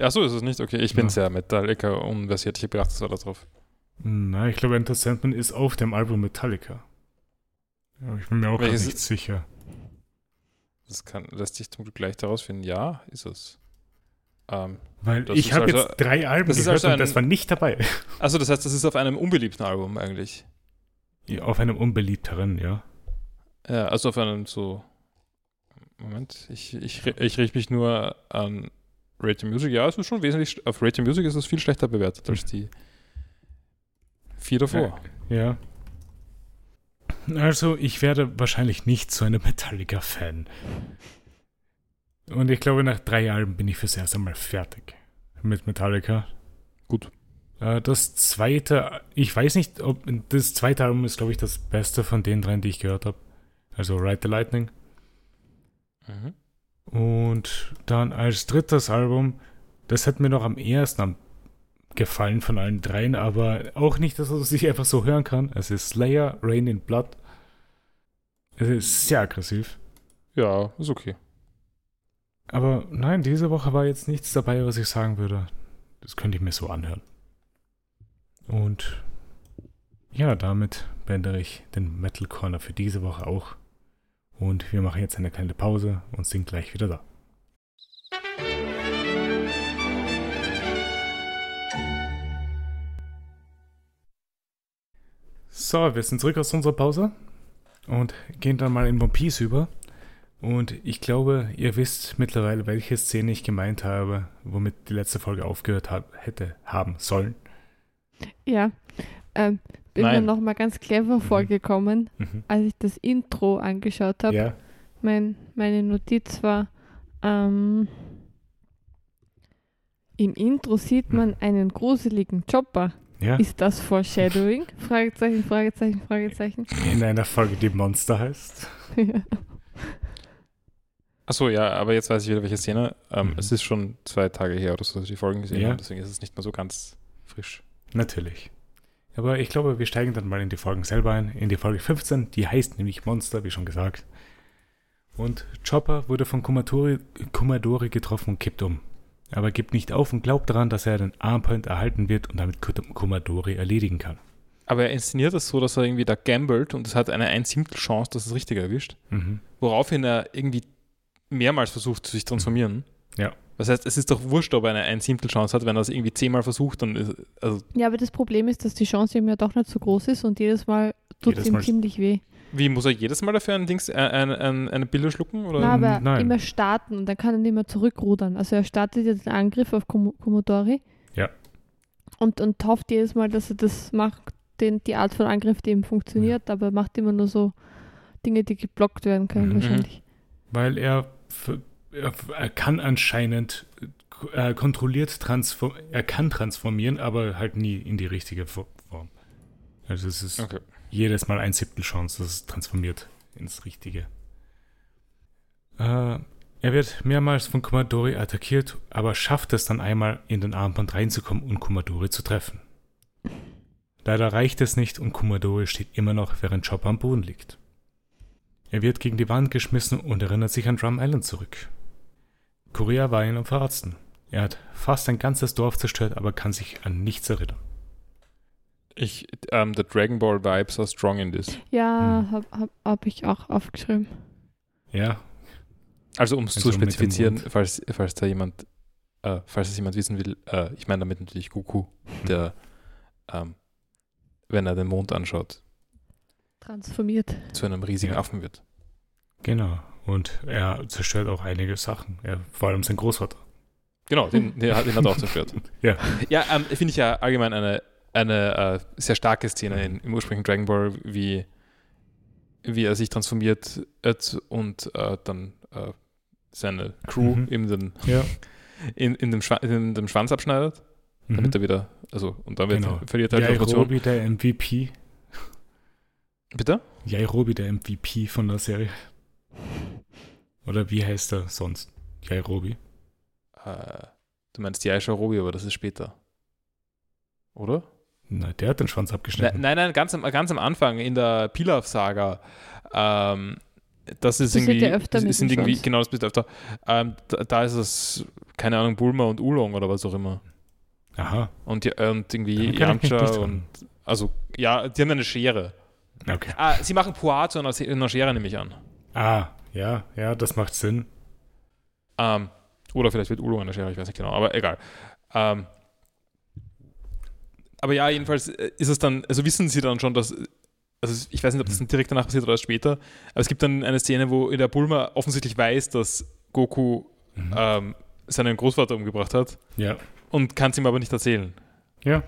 C: Ach so, ist es nicht? Okay, ich bin
A: Ja.
C: sehr Metallica unversiert. Ich habe gedacht, das war da drauf.
A: Na, ich glaube, Enter Sandman ist auf dem Album Metallica. Aber ich bin mir auch grad
C: Welches-
A: nicht sicher.
C: Das kann, lässt sich zum Glück leicht herausfinden. Ja, ist es. Ähm,
A: Weil
C: Das
A: ich
C: ist
A: habe
C: also-
A: jetzt drei Alben
C: das ist
A: gehört
C: also ein-
A: und das war nicht dabei.
C: also das heißt, das ist auf einem unbeliebten Album eigentlich.
A: Ja, auf einem unbeliebteren, ja.
C: Ja, also auf einem so. Moment, ich, ich, ich richte mich nur an Radio Music. Ja, es ist schon wesentlich. sch- Auf Radio Music ist es viel schlechter bewertet als die vier davor.
A: Ja. Also, ich werde wahrscheinlich nicht so ein Metallica-Fan. Und ich glaube, nach drei Alben bin ich fürs erste Mal fertig mit Metallica.
C: Gut.
A: Äh, Das zweite, ich weiß nicht, ob das zweite Album ist, glaube ich, das beste von den dreien, die ich gehört habe. Also Ride the Lightning.
C: Mhm.
A: Und dann als drittes Album, das hat mir noch am ehesten am gefallen von allen dreien, aber auch nicht, dass man sich einfach so hören kann. Es ist Slayer, Rain in Blood. Es ist sehr aggressiv.
C: Ja, ist okay.
A: Aber nein, diese Woche war jetzt nichts dabei, was ich sagen würde. Das könnte ich mir so anhören. Und ja, damit beende ich den Metal Corner für diese Woche auch. Und wir machen jetzt eine kleine Pause und sind gleich wieder da. So, wir sind zurück aus unserer Pause und gehen dann mal in One Piece über. Und ich glaube, ihr wisst mittlerweile, welche Szene ich gemeint habe, womit die letzte Folge aufgehört hab, hätte haben sollen.
B: Ja. Ähm, bin
C: Nein.
B: mir nochmal ganz clever vorgekommen,
A: Mhm.
B: als ich das Intro angeschaut habe.
A: Ja.
B: Mein, meine Notiz war, ähm, im Intro sieht man einen gruseligen Chopper.
A: ja.
B: Ist das Foreshadowing? Fragezeichen, Fragezeichen, Fragezeichen.
A: In einer Folge, die Monster heißt.
B: Ja.
C: Achso, ja, aber jetzt weiß ich wieder, welche Szene. Ähm,
A: Mhm.
C: Es ist schon zwei Tage her oder so, dass ich die Folgen gesehen
A: Ja.
C: habe, deswegen ist es nicht mehr so ganz frisch.
A: Natürlich. Aber ich glaube, wir steigen dann mal in die Folgen selber ein. In die Folge 15, die heißt nämlich Monster, wie schon gesagt. Und Chopper wurde von Kumatori, Kumadori getroffen und kippt um. Aber gibt nicht auf und glaubt daran, dass er den Armpoint erhalten wird und damit Kum- Kumadori erledigen kann.
C: Aber er inszeniert das so, dass er irgendwie da gambelt und es hat eine ein Siebtel Chance, dass es richtig erwischt.
A: Mhm.
C: Woraufhin er irgendwie mehrmals versucht, sich transformieren.
A: Ja.
C: Das heißt, es ist doch wurscht, ob er eine ein Siebtel Chance hat, wenn er es irgendwie zehnmal versucht, dann ist, also
B: Ja, aber das Problem ist, dass die Chance eben ja doch nicht so groß ist und jedes Mal tut
A: Jedes
B: es ihm
A: Mal-
B: ziemlich weh.
C: wie muss er jedes Mal dafür ein Dings, äh, ein, ein, eine Bilder schlucken? Oder?
B: Na, aber
A: Ähm, nein.
B: immer starten und dann kann er nicht mehr zurückrudern. Also er startet ja den Angriff auf Kom Komodori.
A: Ja.
B: Und, und hofft jedes Mal, dass er das macht, den, die Art von Angriff, die ihm funktioniert, aber er macht immer nur so Dinge, die geblockt werden können
A: Mhm.
B: wahrscheinlich.
A: Weil er, f- er, f- er kann anscheinend äh, kontrolliert transform er kann transformieren, aber halt nie in die richtige Fo- Form. Also es ist
C: Okay.
A: jedes Mal ein Siebtel Chance, dass es transformiert ins Richtige. Äh, er wird mehrmals von Komadori attackiert, aber schafft es dann einmal in den Armband reinzukommen und Komadori zu treffen. Leider reicht es nicht und Komadori steht immer noch, während Chopper am Boden liegt. Er wird gegen die Wand geschmissen und erinnert sich an Drum Island zurück. Korea war ihn am Verratzen. Er hat fast ein ganzes Dorf zerstört, aber kann sich an nichts erinnern.
C: Ich, ähm, the Dragon Ball Vibes are strong in this.
B: Ja,
A: Mhm.
B: habe hab, hab ich auch aufgeschrieben.
A: Ja,
C: Also um es
A: Also
C: zu
A: mit dem
C: spezifizieren,
A: Mund.
C: falls, falls da jemand, äh, falls es jemand wissen will, äh, ich meine damit natürlich Goku,
A: Hm.
C: der, ähm, wenn er den Mond anschaut,
B: Transformiert.
C: zu einem riesigen
A: Ja.
C: Affen wird.
A: Genau. Und er zerstört auch einige Sachen. Er, vor allem sein Großvater.
C: Genau, den, den, hat- den hat er auch zerstört.
A: Ja.
C: Ja, ähm, finde ich ja allgemein eine, eine äh, sehr starke Szene in, im ursprünglichen Dragon Ball, wie, wie er sich transformiert hat und äh, dann äh, seine Crew
A: Mhm.
C: eben den,
A: Ja.
C: in, in, dem Schwa in dem Schwanz abschneidet. damit er wieder, also und dann wird,
A: Mhm. Genau.
C: verliert er halt die Motivation.
A: Jairobi, der MVP.
C: Bitte?
A: Jairobi, der MVP von der Serie. Oder wie heißt er sonst? Jairobi.
C: Äh, du meinst die Aisha Robi, aber das ist später. Oder?
A: Na, der hat den Schwanz
C: Ne-
A: abgeschnitten.
C: Nein, nein, ganz am, ganz am Anfang in der Pilaf-Saga. Ähm, das ist
B: Das wird
C: irgendwie,
B: ja öfter
C: das
B: mit
C: ist
B: dem
C: irgendwie
B: Schwanz.
C: genau das bist öfter. Ähm, da, da ist es, keine Ahnung, Bulma und Oolong oder was auch immer.
A: Aha.
C: Und, die, und irgendwie
A: Daran kann ich mich
C: Yamcha
A: nicht
C: und.
A: dran.
C: Also, ja, die haben eine Schere.
A: Okay.
C: Ah, sie machen Poir zu einer, Se- einer Schere, nehme ich an.
A: Ah, ja, ja, das macht Sinn.
C: Ähm, oder vielleicht wird Ulo an der Schere, ich weiß nicht genau, aber egal. Ähm, aber ja, jedenfalls äh, ist es dann, also wissen sie dann schon, dass, äh, also ich weiß nicht, ob das dann direkt danach passiert oder erst später, aber es gibt dann eine Szene, wo der Bulma offensichtlich weiß, dass Goku
A: Mhm.
C: ähm, seinen Großvater umgebracht hat
A: Ja.
C: und kann es ihm aber nicht erzählen.
A: Ja.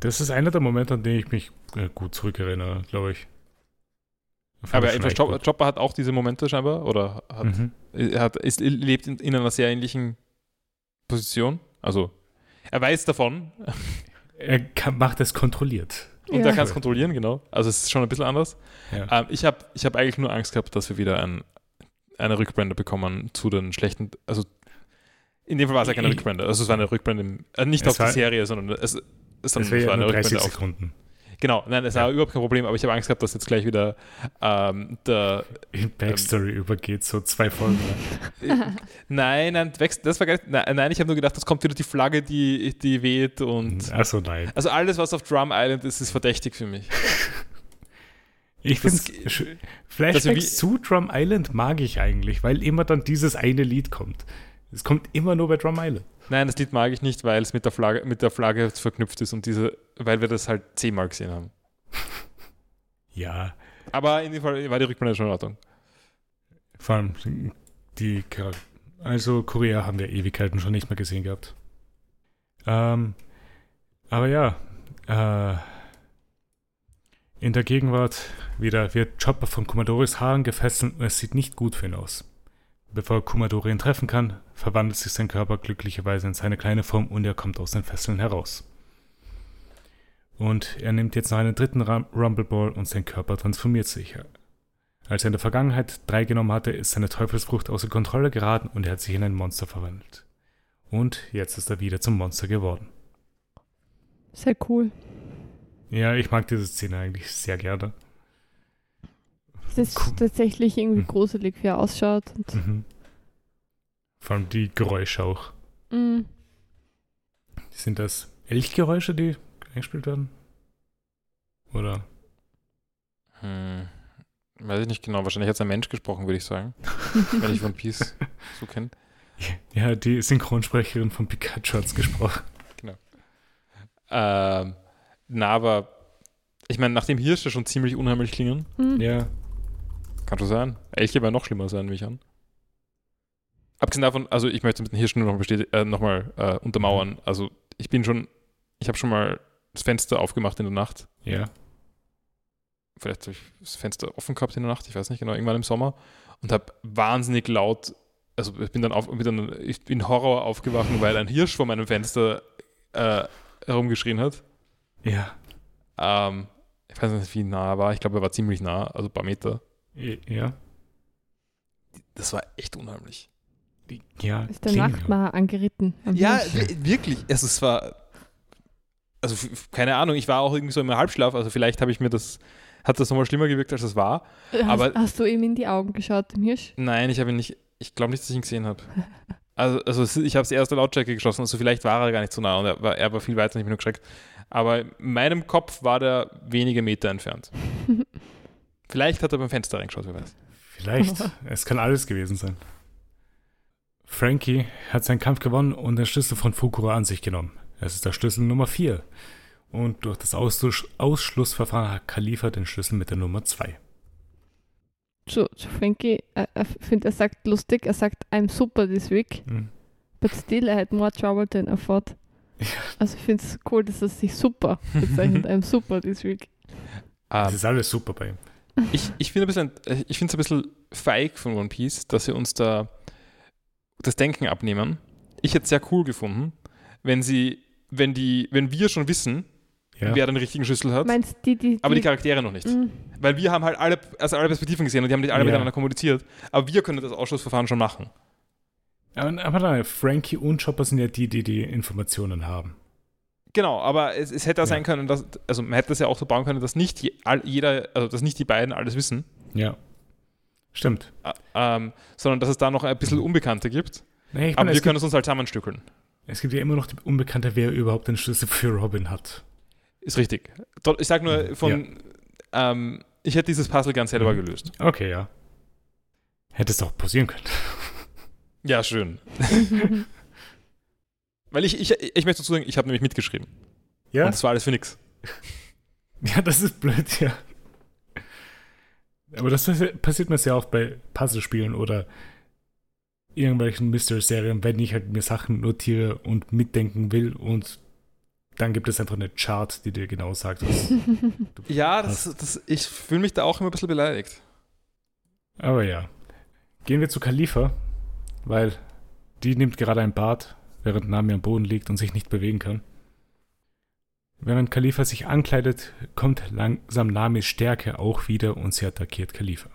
A: Das ist einer der Momente, an den ich mich äh, gut zurückerinnere, glaube ich. Fand
C: aber
A: ich schon
C: jedenfalls
A: echt
C: Chopper,
A: gut.
C: Chopper hat auch diese Momente scheinbar oder hat,
A: Mhm.
C: äh, hat, ist, lebt in, in einer sehr ähnlichen Position. Also er weiß davon,
A: Er kann, macht es kontrolliert.
C: Und
B: ja.
C: da kannst du kontrollieren, genau. Also es ist schon ein bisschen anders.
A: Ja.
C: Ähm, ich habe ich hab eigentlich nur Angst gehabt, dass wir wieder ein, eine Rückblende bekommen zu den schlechten, also in dem Fall war es ja keine
A: Ich-
C: Rückblende. Also es war eine Rückblende, im, äh, nicht
A: Es
C: auf die
A: war-
C: Serie, sondern es, es,
A: Das
C: war
A: wäre ja
C: eine
A: nur 30
C: Rückblende auf.
A: Sekunden.
C: Genau, nein, es war überhaupt kein Problem, aber ich habe Angst gehabt, dass jetzt gleich wieder ähm, der
A: In Backstory übergeht, so zwei Folgen. lang.
C: äh, Nein, nein, wächst- das war gar nicht, nein, nein, ich habe nur gedacht, das kommt wieder die Flagge, die, die weht und
A: Achso, nein.
C: also alles, was auf Drum Island ist, ist verdächtig für mich.
A: Ich finde
C: Das-
A: Flashbacks
C: das ist wie-
A: zu Drum Island mag ich eigentlich, weil immer dann dieses eine Lied kommt. Es kommt immer nur bei Drum Island.
C: Nein, das Lied mag ich nicht, weil es mit der Flagge, mit der Flagge verknüpft ist und diese, weil wir das halt zehnmal gesehen haben.
A: Ja,
C: Aber in dem Fall war die Rückblende schon in Ordnung.
A: vor allem die Charakter. Also Korea haben wir Ewigkeiten schon nicht mehr gesehen gehabt. Ähm, aber ja, äh, in der Gegenwart wieder wird Chopper von Kumadoris Haaren gefesselt und es sieht nicht gut für ihn aus. Bevor Kumadori ihn treffen kann, verwandelt sich sein Körper glücklicherweise in seine kleine Form und er kommt aus den Fesseln heraus. Und er nimmt jetzt noch einen dritten Rum- Rumble Ball und sein Körper transformiert sich. Als er in der Vergangenheit drei genommen hatte, ist seine Teufelsfrucht außer Kontrolle geraten und er hat sich in ein Monster verwandelt. Und jetzt ist er wieder zum Monster geworden.
B: Sehr cool.
A: Ja, ich mag diese Szene eigentlich sehr gerne.
B: Das ist
A: Cool.
B: tatsächlich irgendwie
A: Mhm.
B: gruselig, wie er ausschaut. Und,
A: Mhm. Vor allem die Geräusche auch.
B: Mhm.
A: Sind das Elchgeräusche, die eingespielt werden? Oder?
C: Hm. Weiß ich nicht genau. Wahrscheinlich hat es ein Mensch gesprochen, würde ich sagen. wenn ich One Piece so kenne.
A: Ja, die Synchronsprecherin von Pikachu hat es gesprochen.
C: Ähm, na, aber ich meine, nachdem Hirsche schon ziemlich unheimlich klingen,
B: Hm.
A: Ja.
C: kann schon sein. Elche werden noch schlimmer sein, mich an. Abgesehen davon, also ich möchte mit den Hirschen nur noch, bestät- äh, noch mal äh, untermauern. Also ich bin schon, ich habe schon mal das Fenster aufgemacht in der Nacht.
A: Ja.
C: Vielleicht habe ich das Fenster offen gehabt in der Nacht, ich weiß nicht genau, irgendwann im Sommer. Und habe wahnsinnig laut, also ich bin dann, auf, bin dann ich bin Horror aufgewacht, weil ein Hirsch vor meinem Fenster äh, herumgeschrien hat.
A: Ja.
C: Ähm, ich weiß nicht, wie nah er war. Ich glaube, er war ziemlich nah, also ein paar Meter.
A: Ja.
C: Das war echt unheimlich.
A: Die- Ja.
B: Ist der
A: klingen-
B: Nachtmacher angeritten? am
C: Ja,
B: Hirsch?
C: w- wirklich. Also, es war. Also, f- f- keine Ahnung, ich war auch irgendwie so im Halbschlaf. Also, vielleicht habe ich mir das. Hat das nochmal schlimmer gewirkt, als es war?
B: Äh, Hast,
C: aber-
B: hast du ihm in die Augen geschaut, dem Hirsch?
C: Nein, ich habe ihn nicht. Ich glaube nicht, dass ich ihn gesehen habe. Also, also es- ich habe es erst der Lautstärke geschossen. Also, vielleicht war er gar nicht so nah und er war, er war viel weiter und ich bin nur geschreckt. Aber in meinem Kopf war der wenige Meter entfernt. Vielleicht hat er beim Fenster reingeschaut, wer weiß.
A: Vielleicht. es kann alles gewesen sein. Frankie hat seinen Kampf gewonnen und den Schlüssel von Fukura an sich genommen. Es ist der Schlüssel Nummer 4. Und durch das Ausschluss Ausschlussverfahren hat Khalifa den Schlüssel mit der Nummer 2.
B: Zu, zu Frankie, äh, ich finde, er sagt lustig, er sagt, I'm super this week, but still I had more trouble than I thought. Also ich finde es cool, dass er sich super bezeichnet, I'm super this week.
A: Das
C: Ähm,
A: ist alles super bei ihm.
C: Ich, ich finde es ein, bisschen- äh, ich find's ein bisschen feig von One Piece, dass sie uns da das Denken abnehmen. Ich hätte es sehr cool gefunden, wenn sie, wenn die, wenn wir schon wissen,
A: Ja.
C: wer den richtigen Schlüssel hat,
B: Meinst du, die, die,
C: aber die Charaktere noch nicht.
B: Mm,
C: Weil wir haben halt alle, also alle Perspektiven gesehen und die haben nicht alle
A: Ja.
C: miteinander kommuniziert, aber wir können das Ausschlussverfahren schon machen.
A: Aber, aber nein, Frankie und Chopper sind ja die, die die Informationen haben.
C: Genau, aber es, es hätte ja sein können, dass, also man hätte es ja auch so bauen können, dass nicht je, all- jeder, also dass nicht die beiden alles wissen,
A: Ja. Stimmt.
C: äh, ähm, sondern dass es da noch ein bisschen Unbekannte gibt.
A: Nee, ich
C: Aber
A: meine,
C: wir
A: es,
C: können
A: gibt,
C: es uns halt zusammenstückeln.
A: es gibt ja immer noch die Unbekannte, wer überhaupt den Schlüssel für Robin hat.
C: Ist richtig. Mhm. Dort- Ich sag nur von, ähm, ich hätte dieses Puzzle ganz selber gelöst.
A: Okay, ja. Hättest auch posieren können.
C: Ja, schön.
B: Mm.
C: Weil ich, ich, ich möchte dazu sagen, ich habe nämlich mitgeschrieben.
A: Ja?
C: Und das war alles für nix.
A: Ja, das ist blöd, ja. Aber das passi- passiert mir sehr oft bei Puzzlespielen oder irgendwelchen Mystery-Serien, wenn ich halt mir Sachen notiere und mitdenken will und dann gibt es einfach eine Chart, die dir genau sagt, was.
C: Ja, das, das, ich fühle mich da auch immer ein bisschen beleidigt.
A: Aber ja. Gehen wir zu Khalifa, weil die nimmt gerade ein Bad, während Nami am Boden liegt und sich nicht bewegen kann. Während Khalifa sich ankleidet, kommt langsam Namis Stärke auch wieder und sie attackiert Khalifa.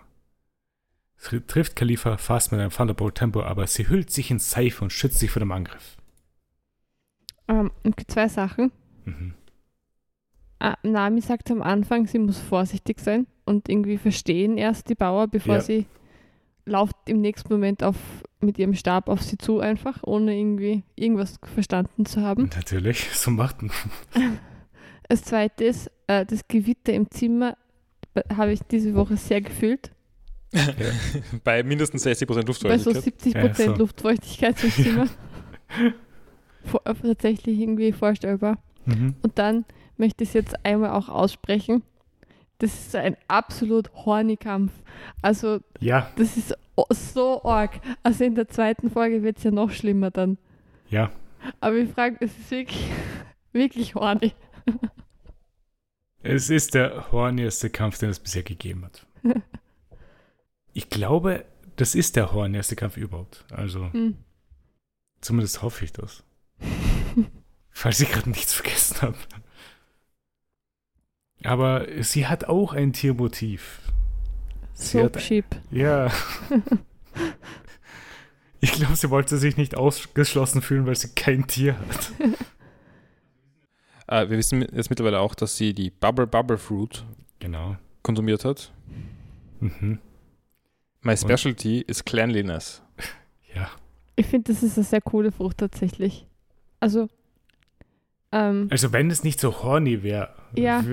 A: Sie trifft Khalifa fast mit einem Thunderbolt Tempo, aber sie hüllt sich in Seife und schützt sich vor dem Angriff.
B: ähm, es gibt zwei Sachen.
A: Mhm.
B: Ah, Nami sagt am Anfang, sie muss vorsichtig sein und irgendwie verstehen erst die Bauer, bevor
A: Ja.
B: sie lauft im nächsten Moment auf, mit ihrem Stab auf sie zu, einfach ohne irgendwie irgendwas verstanden zu
A: Mhm.
B: haben.
A: Natürlich, so macht man.
B: Das zweite ist, äh, das Gewitter im Zimmer äh, habe ich diese Woche sehr gefühlt.
C: Bei mindestens 60%
B: Bei so
C: Luftfeuchtigkeit.
B: 70
A: Ja,
B: Prozent
A: so.
B: Luftfeuchtigkeit im Zimmer. Vor, äh, tatsächlich irgendwie vorstellbar.
A: Mhm.
B: Und dann möchte ich es jetzt einmal auch aussprechen. Das ist ein absolut horny Kampf. Also
A: Ja,
B: das ist o- so arg. Also in der zweiten Folge wird es ja noch schlimmer dann.
A: ja.
B: Aber ich frage, es ist wirklich, wirklich horny.
A: Es ist der hornieste Kampf, den es bisher gegeben hat. Ich glaube, das ist der hornieste Kampf überhaupt. Also,
B: Hm.
A: zumindest hoffe ich das. Falls ich gerade nichts vergessen habe. Aber sie hat auch ein Tiermotiv. Sie
B: So
A: hat,
B: cheap.
A: ja. Ich glaube, sie wollte sich nicht ausgeschlossen fühlen, weil sie kein Tier hat.
C: Äh, wir wissen jetzt mittlerweile auch, dass sie die Bubble Bubble Fruit
A: Genau.
C: konsumiert hat.
A: Mhm.
C: My
A: Und?
C: Specialty ist Cleanliness.
A: Ja.
B: Ich finde, das ist eine sehr coole Frucht tatsächlich. Also, ähm,
A: Also wenn es nicht so horny wäre,
B: Ja.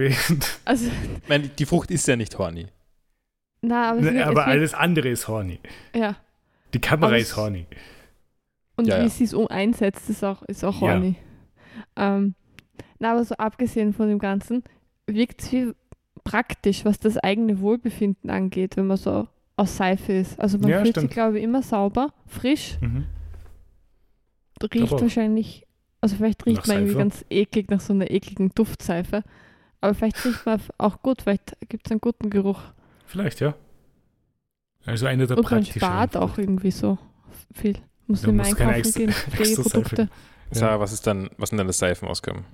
B: Also,
C: Ich meine, die Frucht ist ja nicht horny.
B: na, aber, es wird-
A: Na,
B: es
A: aber
B: wird-
A: alles andere ist horny.
B: Ja.
A: Die Kamera
B: Aber
A: ist
B: es-
A: horny.
B: Und
C: Ja,
B: wie
C: ja.
B: sie es um- einsetzt, ist auch, ist auch
A: Ja.
B: horny. Ähm, na, aber so abgesehen von dem Ganzen, wirkt es viel praktisch, was das eigene Wohlbefinden angeht, wenn man so aus Seife ist. Also man
A: Ja,
B: fühlt
A: stimmt.
B: sich, glaube ich, immer sauber, frisch,
A: Mhm.
B: riecht
A: Aber-
B: wahrscheinlich, also vielleicht riecht
A: Nach
B: man irgendwie
A: Seife?
B: ganz eklig nach so einer ekligen Duftseife. Aber vielleicht riecht man auch gut, vielleicht gibt es einen guten Geruch.
A: Vielleicht, ja. Also eine der
B: Und man
A: praktischen.
B: spart auch irgendwie so viel. Muss
A: Ja,
B: nicht mehr
A: muss keine
B: einkaufen
A: extra-
B: gehen,
A: extra
B: Pflegeprodukte.
A: Ja.
C: Sarah, was, ist dann, was sind deine Seifenausgaben?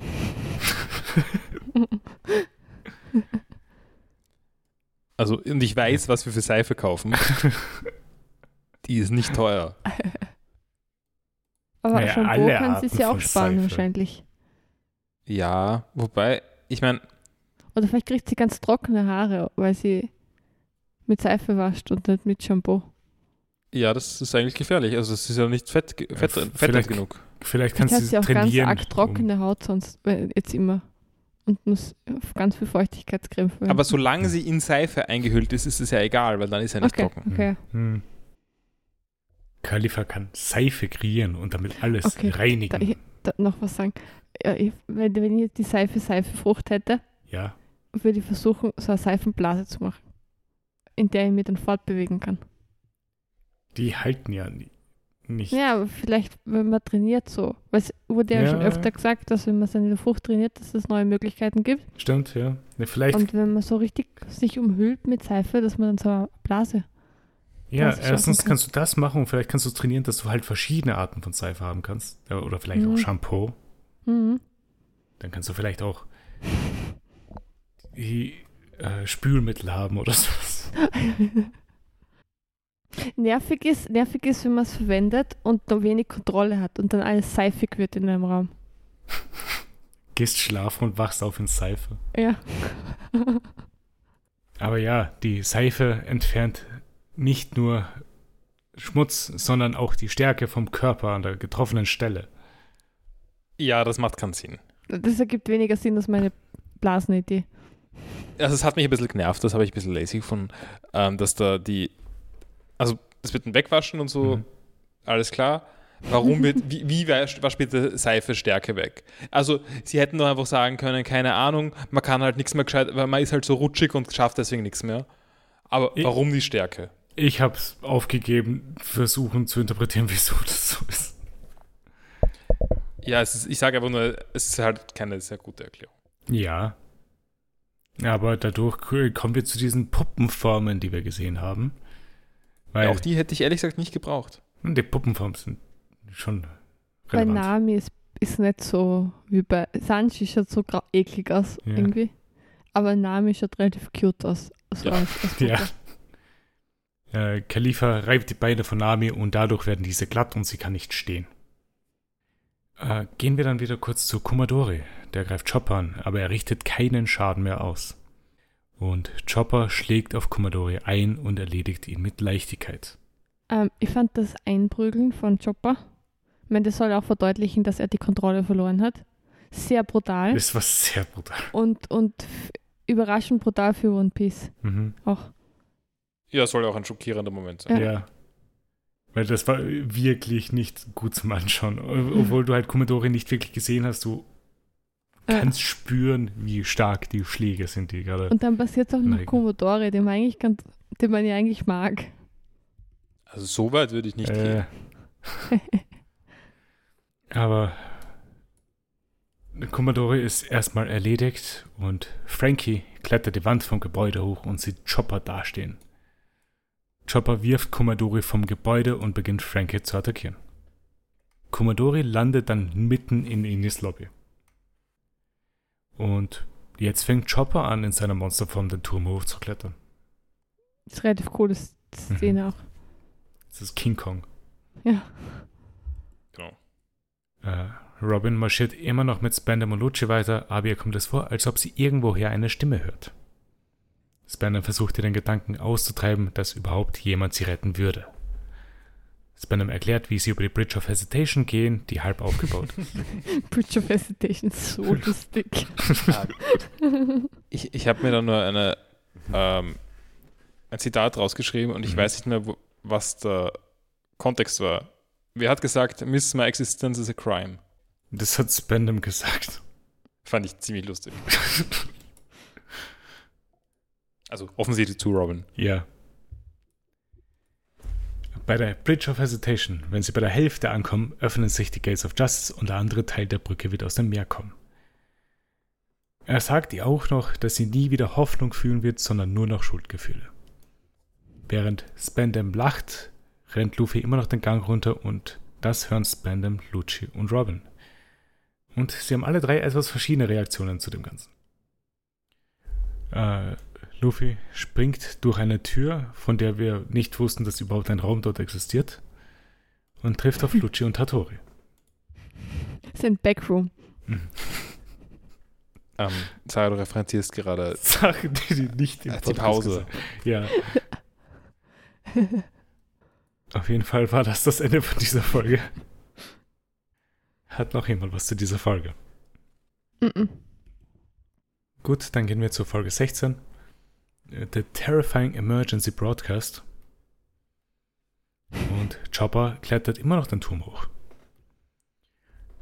C: Also, und ich weiß, was wir für Seife kaufen. Die ist nicht teuer.
B: Aber
A: Naja,
B: Shampoo
A: alle
B: kannst du es
A: Arten
B: ja
A: von
B: auch sparen
A: Seife.
B: wahrscheinlich.
C: Ja, wobei, ich meine,
B: Oder vielleicht kriegt sie ganz trockene Haare, weil sie mit Seife wascht und nicht mit Shampoo.
C: ja, das ist eigentlich gefährlich. Also, es ist ja nicht fett, ge-
A: Ja,
C: fett,
A: f-
C: fett
A: vielleicht-
C: genug.
A: Vielleicht
B: Vielleicht
A: kannst
B: hat
A: du
B: sie auch ganz
A: trainieren.
B: arg trockene Haut sonst, weil jetzt immer. Und muss auf ganz viel Feuchtigkeitscreme verwenden.
C: Aber solange sie in Seife eingehüllt ist, ist es ja egal, weil dann ist ja nicht
B: okay,
C: trocken.
B: okay.
A: Mhm. Khalifa kann Seife kreieren und damit alles
B: Okay, Da,
A: reinigen.
B: ich, da noch was sagen. Ja, ich, wenn, wenn ich jetzt die Seife Seifefrucht hätte,
A: ja.
B: würde ich versuchen, so eine Seifenblase zu machen, in der ich mich dann fortbewegen kann.
A: Die halten ja nie- nicht.
B: Ja, aber vielleicht, wenn man trainiert so. Weil es wurde ja,
A: Ja.
B: schon öfter gesagt, dass wenn man seine Frucht trainiert, dass es neue Möglichkeiten gibt.
A: Stimmt, ja. Ne, vielleicht,
B: Und wenn man so richtig sich umhüllt mit Seife, dass man dann so eine Blase.
A: ja,
B: das schaffen
A: erstens
B: kann.
A: kannst du das machen und vielleicht kannst du trainieren, dass du halt verschiedene Arten von Seife haben kannst. Ja, Oder vielleicht auch
B: Mhm.
A: Shampoo.
B: Mhm.
A: Dann kannst du vielleicht auch die, äh, Spülmittel haben oder sowas.
B: nervig, ist, nervig ist, wenn man es verwendet und da wenig Kontrolle hat und dann alles seifig wird in einem Raum.
A: Gehst schlafen und wachst auf in Seife.
B: Ja.
A: Aber ja, die Seife entfernt nicht nur Schmutz, sondern auch die Stärke vom Körper an der getroffenen Stelle.
C: Ja, das macht keinen Sinn.
B: das ergibt weniger Sinn als meine Blasenidee.
C: Also es hat mich ein bisschen genervt, das habe ich ein bisschen lazy gefunden, ähm, dass da die, also das wird ein Wegwaschen und so,
A: Mhm.
C: alles klar. Warum wird, wie, wie wasch- wascht bitte Seife Stärke weg? Also sie hätten doch einfach sagen können, keine Ahnung, man kann halt nichts mehr gescheit, weil man ist halt so rutschig und schafft deswegen nichts mehr. Aber
A: Ich-
C: warum die Stärke?
A: Ich habe es aufgegeben, versuchen zu interpretieren, wieso das so ist.
C: Ja, es ist, ich sage einfach nur, es ist halt keine sehr gute Erklärung.
A: Ja. Aber dadurch k- kommen wir zu diesen Puppenformen, die wir gesehen haben. Weil
C: Auch die hätte ich ehrlich gesagt nicht gebraucht.
A: die, Puppenformen sind schon
B: Bei
A: relevant.
B: Nami ist, ist nicht so wie bei Sanji schaut so grau- eklig aus
A: Ja.
B: irgendwie. Aber Nami schaut relativ cute aus. So
C: Ja.
B: als, als
A: Ja.
B: Puppe.
A: Äh, Khalifa reibt die Beine von Nami und dadurch werden diese glatt und sie kann nicht stehen. Äh, gehen wir dann wieder kurz zu Kumadori. Der greift Chopper an, aber er richtet keinen Schaden mehr aus. Und Chopper schlägt auf Kumadori ein und erledigt ihn mit Leichtigkeit.
B: Ähm, ich fand das Einprügeln von Chopper, ich meine, das soll auch verdeutlichen, dass er die Kontrolle verloren hat, sehr brutal
A: Das war sehr brutal.
B: und, und f- überraschend brutal für One Piece
A: Mhm.
B: auch.
C: Ja, soll ja auch ein schockierender Moment sein.
A: Ja.
B: Ja.
A: Weil das war wirklich nicht gut zum Anschauen. Obwohl du halt Kumadori nicht wirklich gesehen hast, du
B: Äh,
A: kannst spüren, wie stark die Schläge sind, die gerade.
B: und dann passiert auch noch
A: Nein.
B: Commodore, den man eigentlich ganz, den man ja eigentlich mag.
C: Also so weit würde ich nicht
A: Äh,
C: gehen.
A: aber Commodore ist erstmal erledigt und Frankie klettert die Wand vom Gebäude hoch und sieht Chopper dastehen. Chopper wirft Commodore vom Gebäude und beginnt Frankie zu attackieren. Commodore landet dann mitten in Inis Lobby. Und jetzt fängt Chopper an, in seiner Monsterform den Turm hochzuklettern.
B: Das ist eine relativ coole S-
A: Mhm.
B: Szene auch.
A: Das ist King Kong.
B: Ja.
C: Genau.
A: Äh, Robin marschiert immer noch mit Spender Molucci weiter, aber ihr kommt es vor, als ob sie irgendwoher eine Stimme hört. Spender versucht ihr den Gedanken auszutreiben, dass überhaupt jemand sie retten würde. ist bei einem erklärt, wie sie über die Bridge of Hesitation gehen, die halb aufgebaut.
B: Bridge of Hesitation ist so lustig.
C: Ich, ich habe mir da nur eine, ähm, ein Zitat rausgeschrieben und ich weiß nicht mehr, wo, was der Kontext war. Wer hat gesagt, Miss My Existence is a Crime?
A: Das hat Spandam gesagt.
C: Fand ich ziemlich lustig. Also offensichtlich zu Robin.
A: Ja. Bei der Bridge of Hesitation, wenn sie bei der Hälfte ankommen, öffnen sich die Gates of Justice und der andere Teil der Brücke wird aus dem Meer kommen. Er sagt ihr auch noch, dass sie nie wieder Hoffnung fühlen wird, sondern nur noch Schuldgefühle. Während Spandam lacht, rennt Luffy immer noch den Gang runter und das hören Spandam, Lucci und Robin. Und sie haben alle drei etwas verschiedene Reaktionen zu dem Ganzen. Äh, Luffy springt durch eine Tür, von der wir nicht wussten, dass überhaupt ein Raum dort existiert, und trifft auf Lucci und Hattori.
B: Das ist ein Backroom.
C: Ähm, Sarah, du referenzierst gerade
A: Sachen, die die nicht im
C: Äh, die
A: Podcast
C: Pause.
A: gesagt- Ja. Auf jeden Fall war das das Ende von dieser Folge. Hat noch jemand was zu dieser Folge?
B: Mhm.
A: Gut, dann gehen wir zur Folge 16. Äh, The Terrifying Emergency Broadcast. Und Chopper klettert immer noch den Turm hoch.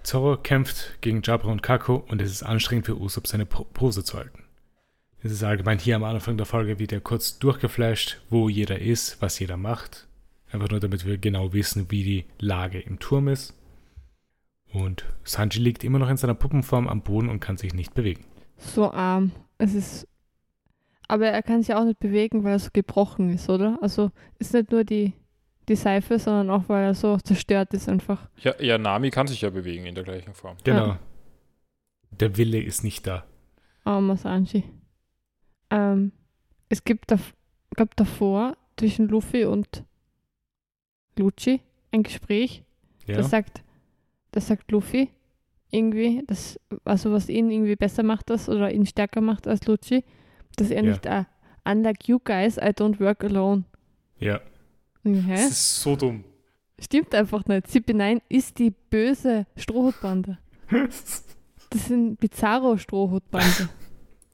A: Zorro kämpft gegen Jabra und Kako und es ist anstrengend für Usopp, seine Po- Pose zu halten. Es ist allgemein hier am Anfang der Folge wieder kurz durchgeflasht, wo jeder ist, was jeder macht. Einfach nur, damit wir genau wissen, wie die Lage im Turm ist. Und Sanji liegt immer noch in seiner Puppenform am Boden und kann sich nicht bewegen.
B: So arm. Es ist. Aber er kann sich auch nicht bewegen, weil er so gebrochen ist, oder? Also ist nicht nur die, die Seife, sondern auch, weil er so zerstört ist einfach.
C: Ja, ja, Nami kann sich ja bewegen in der gleichen Form.
A: Genau.
B: Ja.
A: Der Wille ist nicht da.
B: Armer Sanji. Ähm, es gibt dav gab davor zwischen Luffy und Lucci ein Gespräch.
A: Ja.
B: Das sagt, das sagt Luffy irgendwie, das, also was ihn irgendwie besser macht das oder ihn stärker macht als Lucci, dass er
A: Ja.
B: nicht, ah, unlike you guys, I don't work alone.
A: ja.
C: Das
B: Hä?
C: ist so dumm.
B: Stimmt einfach nicht. CP9 ist die böse Strohhutbande. Das sind bizarro Strohhutbande.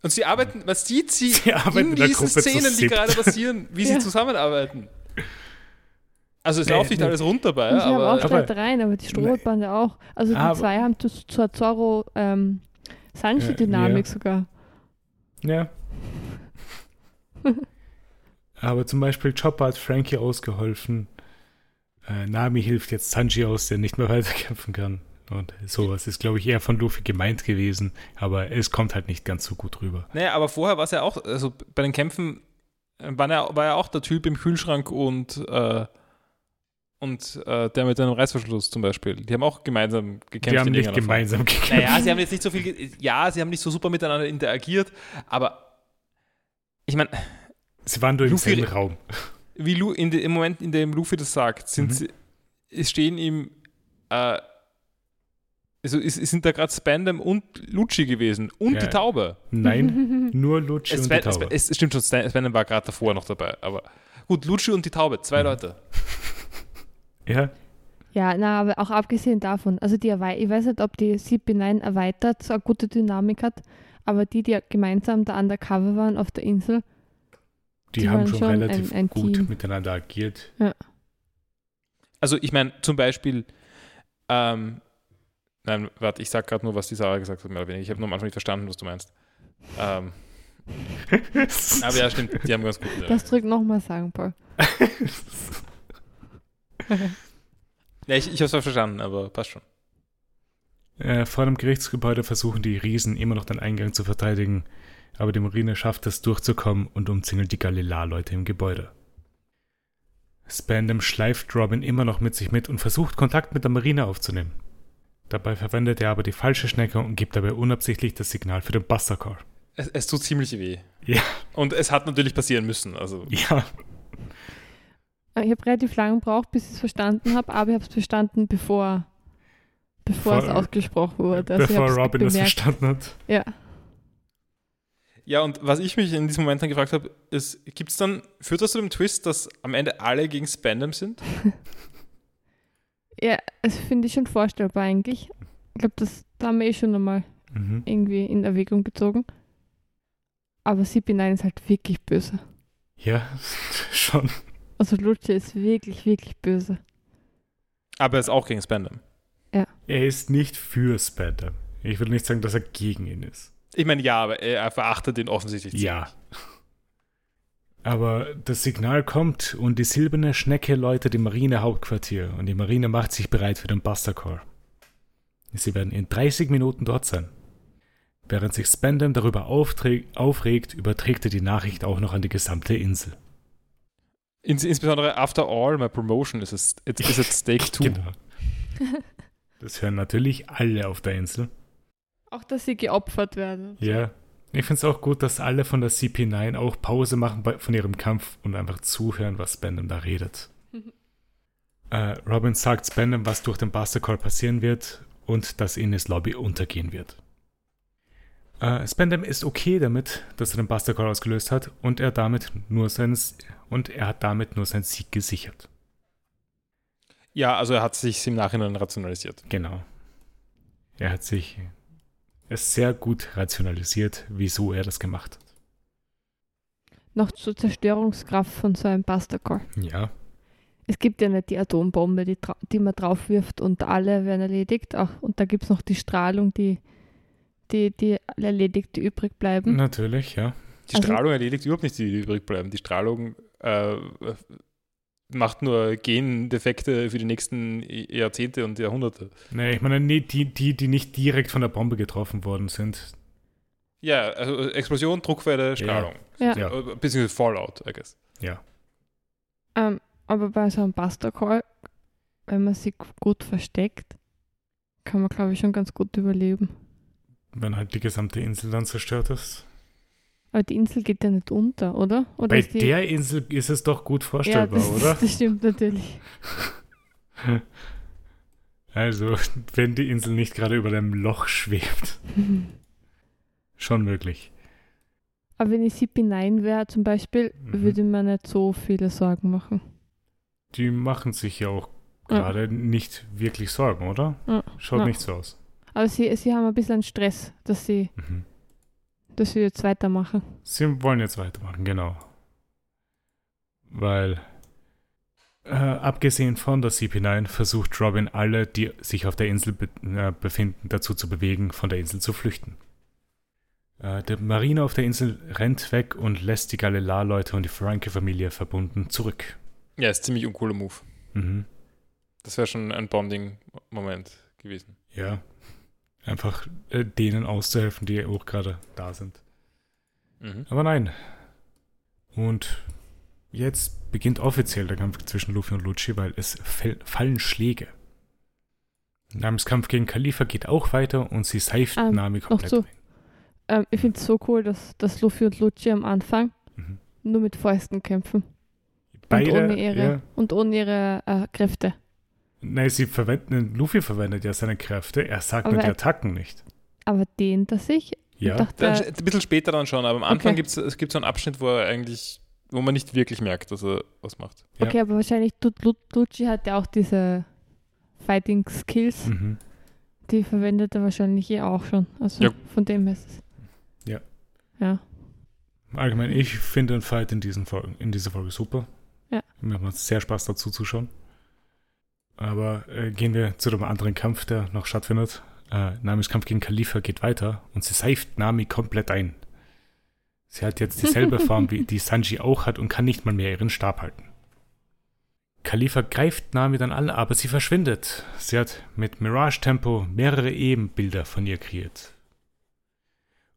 C: Und sie arbeiten, was sieht sie,
A: Sie arbeiten
C: in
A: in der
C: diesen
A: Gruppe zu
C: Szenen, die
A: siebt.
C: gerade passieren, wie
B: Ja.
C: sie zusammenarbeiten? Also es
A: Nee,
C: läuft nicht
A: nee.
C: alles runter bei,
B: Und sie haben auch
C: aber
B: Streit rein, aber die Strohbande auch. Also die
A: Aber-
B: zwei haben zu- zur Zorro ähm, Sanji-Dynamik sogar.
A: ja. Aber zum Beispiel Chopper hat Frankie ausgeholfen. Äh, Nami hilft jetzt Sanji aus, der nicht mehr weiterkämpfen kann. Und sowas ist, glaube ich, eher von Luffy gemeint gewesen. Aber es kommt halt nicht ganz so gut rüber.
C: Naja, aber vorher war es ja auch, also bei den Kämpfen äh, waren ja, war ja auch der Typ im Kühlschrank und, äh, und äh, der mit einem Reißverschluss zum Beispiel. Die haben auch gemeinsam gekämpft.
A: Die haben
C: in
A: nicht
C: irgendeiner Form.
A: gemeinsam gekämpft.
C: Naja, sie haben jetzt nicht so viel, ge- ja, sie haben nicht so super miteinander interagiert, aber ich meine,
A: Sie waren nur im
C: Luffy-
A: selben Raum.
C: wie Lu, in de, im Moment, in dem Luffy das sagt, sind
A: Mhm.
C: sie, es stehen ihm, äh, also es, es sind da gerade Spandam und Lucci gewesen und
A: Ja.
C: die Taube.
A: Nein, nur Lucci
C: Es,
A: und die
C: Span-
A: Taube.
C: es, es stimmt schon, Stan- Spandam war gerade davor noch dabei, aber gut, Lucci und die Taube, zwei
A: Mhm.
C: Leute.
A: Ja,
B: Ja, na, aber auch abgesehen davon, also die Erwei ich weiß nicht, ob die CP9 erweitert so eine gute Dynamik hat, aber die, die gemeinsam da undercover waren auf der Insel,
A: die,
B: Die
A: haben
B: waren
A: schon
B: schon ein-
A: relativ
B: ein
A: gut
B: Team.
A: miteinander agiert.
C: Also ich meine, zum Beispiel, ähm, nein, warte, ich sag gerade nur, was die Sarah gesagt hat, mehr oder weniger. Ich habe nur am Anfang nicht verstanden, was du meinst. Ähm, aber ja, stimmt, die haben ganz gut.
B: das drück nochmal sagen, Paul.
C: Ja, ich, ich habe es verstanden, aber passt schon.
A: Äh, vor dem Gerichtsgebäude versuchen die Riesen immer noch den Eingang zu verteidigen, aber die Marine schafft es durchzukommen und umzingelt die Galilar-Leute im Gebäude. Spandam schleift Robin immer noch mit sich mit und versucht Kontakt mit der Marine aufzunehmen. Dabei verwendet er aber die falsche Schnecke und gibt dabei unabsichtlich das Signal für den Buster Call.
C: Es, es tut ziemlich weh.
A: Ja.
C: Und es hat natürlich passieren müssen. Also
A: Ja,
B: Ich habe relativ lange gebraucht, bis ich es verstanden habe, aber ich habe es verstanden, bevor, bevor
A: Vor-
B: es ausgesprochen wurde. Also ich
A: bevor
B: hab's
A: Robin das
B: bemerkt.
A: verstanden hat.
B: Ja.
C: ja, und was ich mich in diesem Moment dann gefragt habe, ist, gibt's dann, führt das zu dem Twist, dass am Ende alle gegen Spandam sind?
B: Ja, das finde ich schon vorstellbar eigentlich. Ich glaube, das da haben wir eh schon einmal
A: Mhm.
B: irgendwie in Erwägung gezogen. Aber CP9 ist halt wirklich böse.
A: Ja, schon.
B: Also Lutsche ist wirklich, wirklich böse.
C: Aber er ist auch gegen Spandam.
A: Er ist nicht für Spatter. Ich will nicht sagen, dass er gegen ihn ist.
C: Ich meine, ja, aber er verachtet ihn offensichtlich.
A: Ja. Aber das Signal kommt und die silberne Schnecke läutet im Marine-Hauptquartier und die Marine macht sich bereit für den Buster-Call. Sie werden in 30 Minuten dort sein. Während sich Spandam darüber aufträ- aufregt, überträgt er die Nachricht auch noch an die gesamte Insel.
C: Ins insbesondere after all my promotion ist es it's, it's at stake too.
A: Genau. Das hören natürlich alle auf der Insel.
B: Auch, dass sie geopfert werden.
A: Ja. Ich finde es auch gut, dass alle von der CP9 auch Pause machen bei, von ihrem Kampf und einfach zuhören, was Spandam da redet.
B: Mhm.
A: Äh, Robin sagt Spandam, was durch den Buster Call passieren wird und dass Ines Lobby untergehen wird. Äh, Spandam ist okay damit, dass er den Buster Call ausgelöst hat und er damit nur seines und er hat damit nur seinen Sieg gesichert.
C: Ja, also er hat sich im Nachhinein rationalisiert.
A: Genau. Er hat sich es sehr gut rationalisiert, wieso er das gemacht hat.
B: Noch zur Zerstörungskraft von so einem Bastacall.
A: Ja.
B: Es gibt ja nicht die Atombombe, die, dra- die man drauf wirft und alle werden erledigt. Ach, und da gibt es noch die Strahlung, die, die, die erledigt, die übrig bleiben.
A: Natürlich, ja.
C: Die
B: Also-
C: Strahlung erledigt überhaupt nicht die, die übrig bleiben. Die Strahlung äh, macht nur Gendefekte für die nächsten Jahrzehnte und Jahrhunderte.
A: Nee, ich meine, nee, die, die, die nicht direkt von der Bombe getroffen worden sind.
C: Ja, also Explosion, Druckwelle, Strahlung.
B: Ja.
A: Ja.
C: Äh, Beziehungsweise Fallout, I guess.
B: Ähm, aber bei so einem Bastacall, wenn man sie gu- gut versteckt, kann man, glaube ich, schon ganz gut überleben.
A: Wenn halt die gesamte Insel dann zerstört ist.
B: Aber die Insel geht ja nicht unter, oder? oder
A: Bei
B: ist die,
A: der Insel ist es doch gut
B: ja,
A: vorstellbar,
B: das,
A: oder?
B: das stimmt natürlich.
A: Also, wenn die Insel nicht gerade über dem Loch schwebt. Schon möglich.
B: aber wenn ich CP9 wäre zum Beispiel,
A: Mhm.
B: würde ich mir nicht so viele Sorgen machen.
A: Die machen sich ja auch
B: Ja.
A: gerade nicht wirklich Sorgen, oder?
B: Ja.
A: Schaut
B: Ja.
A: nicht so aus.
B: Aber sie, sie haben ein bisschen Stress, dass sie,
A: Mhm.
B: dass sie jetzt weitermachen.
A: Sie wollen jetzt weitermachen, genau. Weil, äh, abgesehen von der CP9, versucht Robin alle, die sich auf der Insel be äh, befinden, dazu zu bewegen, von der Insel zu flüchten. Äh, der Marine auf der Insel rennt weg und lässt die Galilar-Leute und die Franke-Familie verbunden zurück.
C: Ja, ist ziemlich uncooler Move.
A: Mhm.
C: Das wäre schon ein Bonding-Moment gewesen.
A: Ja. Einfach äh, denen auszuhelfen, die auch gerade da sind.
C: Mhm.
A: Aber nein. Und jetzt beginnt offiziell der Kampf zwischen Luffy und Lucci, weil es fäll- fallen Schläge. Namenskampf gegen Khalifa geht auch weiter und sie seift
B: Ähm,
A: Nami komplett
B: zu.
A: ein.
B: Ähm, ich finde es so cool, dass, dass Luffy und Lucci am Anfang
A: Mhm.
B: nur mit Fäusten kämpfen.
A: Beide,
B: und ohne ihre,
A: ja,
B: und ohne ihre äh, Kräfte.
A: nein, sie verwenden, Luffy verwendet ja seine Kräfte, er sagt nur
B: Aber
A: die
B: er-
A: Attacken nicht.
B: Aber dehnt er sich? Ich
A: Ja,
B: dachte,
C: Dann, sch- ein bisschen später dann schon, aber am
B: Äh.
C: Anfang
B: Okay.
C: gibt's, es gibt so einen Abschnitt, wo er eigentlich, wo man nicht wirklich merkt, dass er was macht.
A: Ja.
B: Okay, aber wahrscheinlich tut Lu- Lucci hat ja auch diese Fighting Skills,
A: mhm.
B: die verwendet er wahrscheinlich eh auch schon. Also
C: Ja.
B: von dem her ist es.
A: Ja.
B: Ja.
A: allgemein, ich finde den Fight in, diesen Folgen, in dieser Folge super.
B: Ja.
A: Mir macht sehr Spaß dazu zu schauen. Aber äh, gehen wir zu dem anderen Kampf, der noch stattfindet. Äh, Namis Kampf gegen Khalifa geht weiter und sie seift Nami komplett ein. Sie hat jetzt dieselbe Form, wie die Sanji auch hat und kann nicht mal mehr ihren Stab halten. Khalifa greift Nami dann an, aber sie verschwindet. Sie hat mit Mirage Tempo mehrere Ebenbilder von ihr kreiert.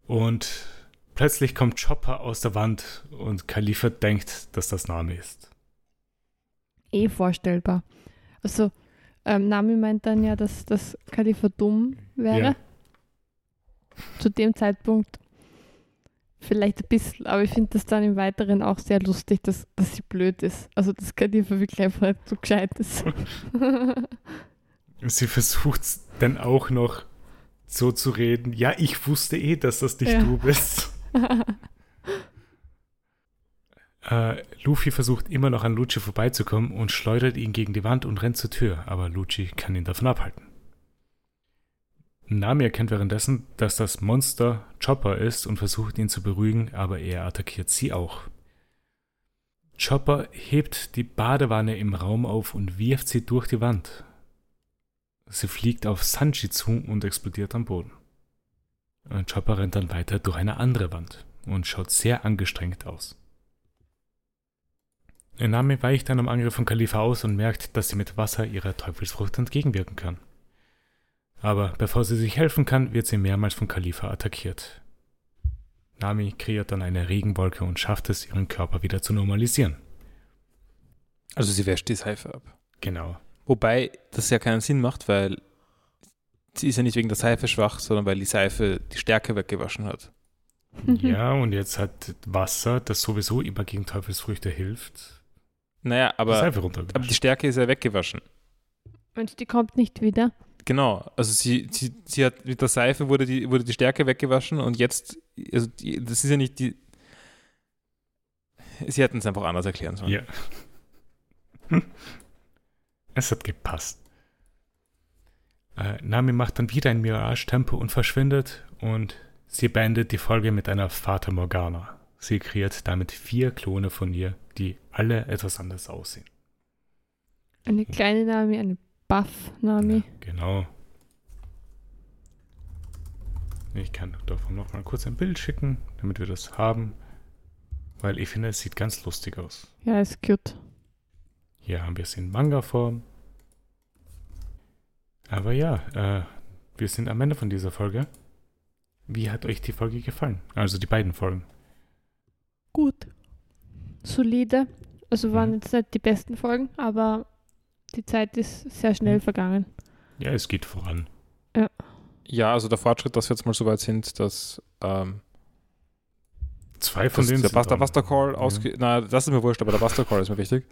A: Und plötzlich kommt Chopper aus der Wand und Khalifa denkt, dass das Nami ist.
B: Eh vorstellbar. Also ähm, Nami meint dann ja, dass das Khalifa dumm wäre.
A: Ja.
B: Zu dem Zeitpunkt vielleicht ein bisschen, aber ich finde das dann im Weiteren auch sehr lustig, dass, dass sie blöd ist. Also das Khalifa wirklich einfach nicht so gescheit ist.
A: Sie versucht dann auch noch so zu reden. Ja, ich wusste eh, dass das nicht
B: Ja.
A: du bist. Äh, Luffy versucht immer noch an Lucci vorbeizukommen und schleudert ihn gegen die Wand und rennt zur Tür, aber Lucci kann ihn davon abhalten. Nami erkennt währenddessen, dass das Monster Chopper ist und versucht ihn zu beruhigen, aber er attackiert sie auch. Chopper hebt die Badewanne im Raum auf und wirft sie durch die Wand. Sie fliegt auf Sanji zu und explodiert am Boden. Und Chopper rennt dann weiter durch eine andere Wand und schaut sehr angestrengt aus. Nami weicht dann am Angriff von Khalifa aus und merkt, dass sie mit Wasser ihrer Teufelsfrucht entgegenwirken kann. Aber bevor sie sich helfen kann, wird sie mehrmals von Khalifa attackiert. Nami kreiert dann eine Regenwolke und schafft es, ihren Körper wieder zu normalisieren.
C: Also sie wäscht die Seife ab.
A: Genau.
C: Wobei das ja keinen Sinn macht, weil sie ist ja nicht wegen der Seife schwach, sondern weil die Seife die Stärke weggewaschen hat.
A: Ja, und jetzt hat Wasser, das sowieso immer gegen Teufelsfrüchte hilft,
C: Naja,
A: die
C: aber,
A: Seife
C: aber die
A: runtergewaschen.
C: Stärke ist ja weggewaschen.
B: Und die kommt nicht wieder.
C: Genau, also sie, sie, sie hat mit der Seife wurde die, wurde die Stärke weggewaschen und jetzt, also die, das ist ja nicht die. Sie hätten es einfach anders erklären sollen.
A: Ja. es hat gepasst. Äh, Nami macht dann wieder ein Mirage-Tempo und verschwindet und sie beendet die Folge mit einer Fata Morgana. Sie kreiert damit vier Klone von ihr, die alle etwas anders aussehen.
B: Eine kleine Nami, eine Buff-Nami.
A: Ja, genau. Ich kann davon noch mal kurz ein Bild schicken, damit wir das haben. Weil ich finde, es sieht ganz lustig aus.
B: Ja, ist cute.
A: Hier haben wir es in Manga-Form. Aber ja, äh, wir sind am Ende von dieser Folge. Wie hat euch die Folge gefallen? Also die beiden Folgen.
B: Gut. Solide. Also waren
A: Mhm.
B: jetzt nicht die besten Folgen, aber die Zeit ist sehr schnell
A: Mhm.
B: vergangen.
A: Ja, es geht voran.
C: Ja, also der Fortschritt, dass wir jetzt mal so weit sind, dass, ähm,
A: Zwei von
C: dass
A: denen
C: der Buster,
A: online.
C: Buster Call ausge. Na, das ist mir wurscht, aber der Buster Call ist mir wichtig.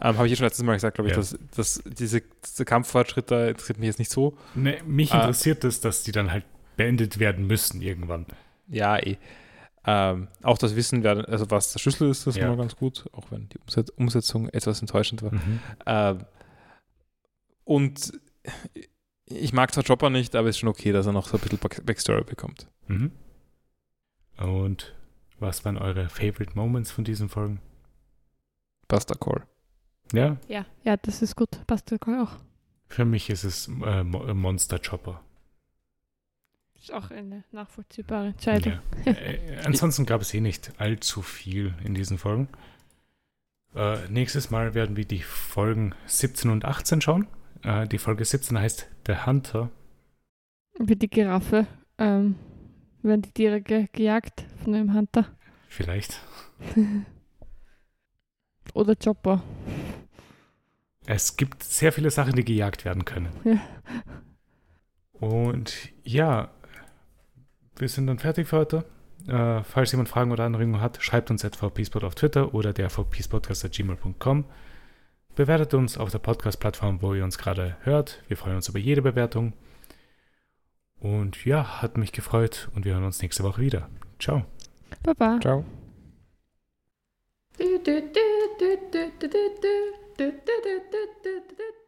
C: Ähm, Habe ich eh schon letztes Mal gesagt, glaube ich,
A: Ja.
C: dass, dass diese, diese Kampffortschritte interessiert mich jetzt nicht so.
A: Nee, mich
C: Ah.
A: interessiert es, dass die dann halt beendet werden müssen irgendwann.
C: Ja, eh. Ähm, auch das Wissen, wer, also was der Schlüssel ist, ist
A: Ja.
C: immer ganz gut, auch wenn die Umset Umsetzung etwas enttäuschend war.
A: Mhm.
C: Ähm, und ich mag zwar Chopper nicht, aber ist schon okay, dass er noch so ein bisschen Back- Backstory bekommt.
A: Mhm. Und was waren eure Favorite Moments von diesen Folgen?
C: Buster Call.
A: Ja,
B: Ja. Ja, das ist gut. Passt sogar auch.
A: für mich ist es äh, Mo- Monster Chopper.
B: Ist auch eine nachvollziehbare Entscheidung.
A: Ja. Äh, ansonsten gab es eh nicht allzu viel in diesen Folgen. Äh, nächstes Mal werden wir die Folgen 17 und 18 schauen. Äh, die Folge 17 heißt The Hunter.
B: Wie die Giraffe. Ähm, werden die Tiere ge gejagt von einem Hunter.
A: Vielleicht.
B: Oder Chopper.
A: Es gibt sehr viele Sachen, die gejagt werden können.
B: Ja.
A: Und ja, wir sind dann fertig für heute. Äh, falls jemand Fragen oder Anregungen hat, schreibt uns at vpspot auf Twitter oder der vpspodcast.gmail.com. Bewertet uns auf der Podcast-Plattform, wo ihr uns gerade hört. Wir freuen uns über jede Bewertung. Und ja, hat mich gefreut und wir hören uns nächste Woche wieder. Ciao.
B: Baba.
C: Ciao.
D: Do do do do do do do do do do do do do do.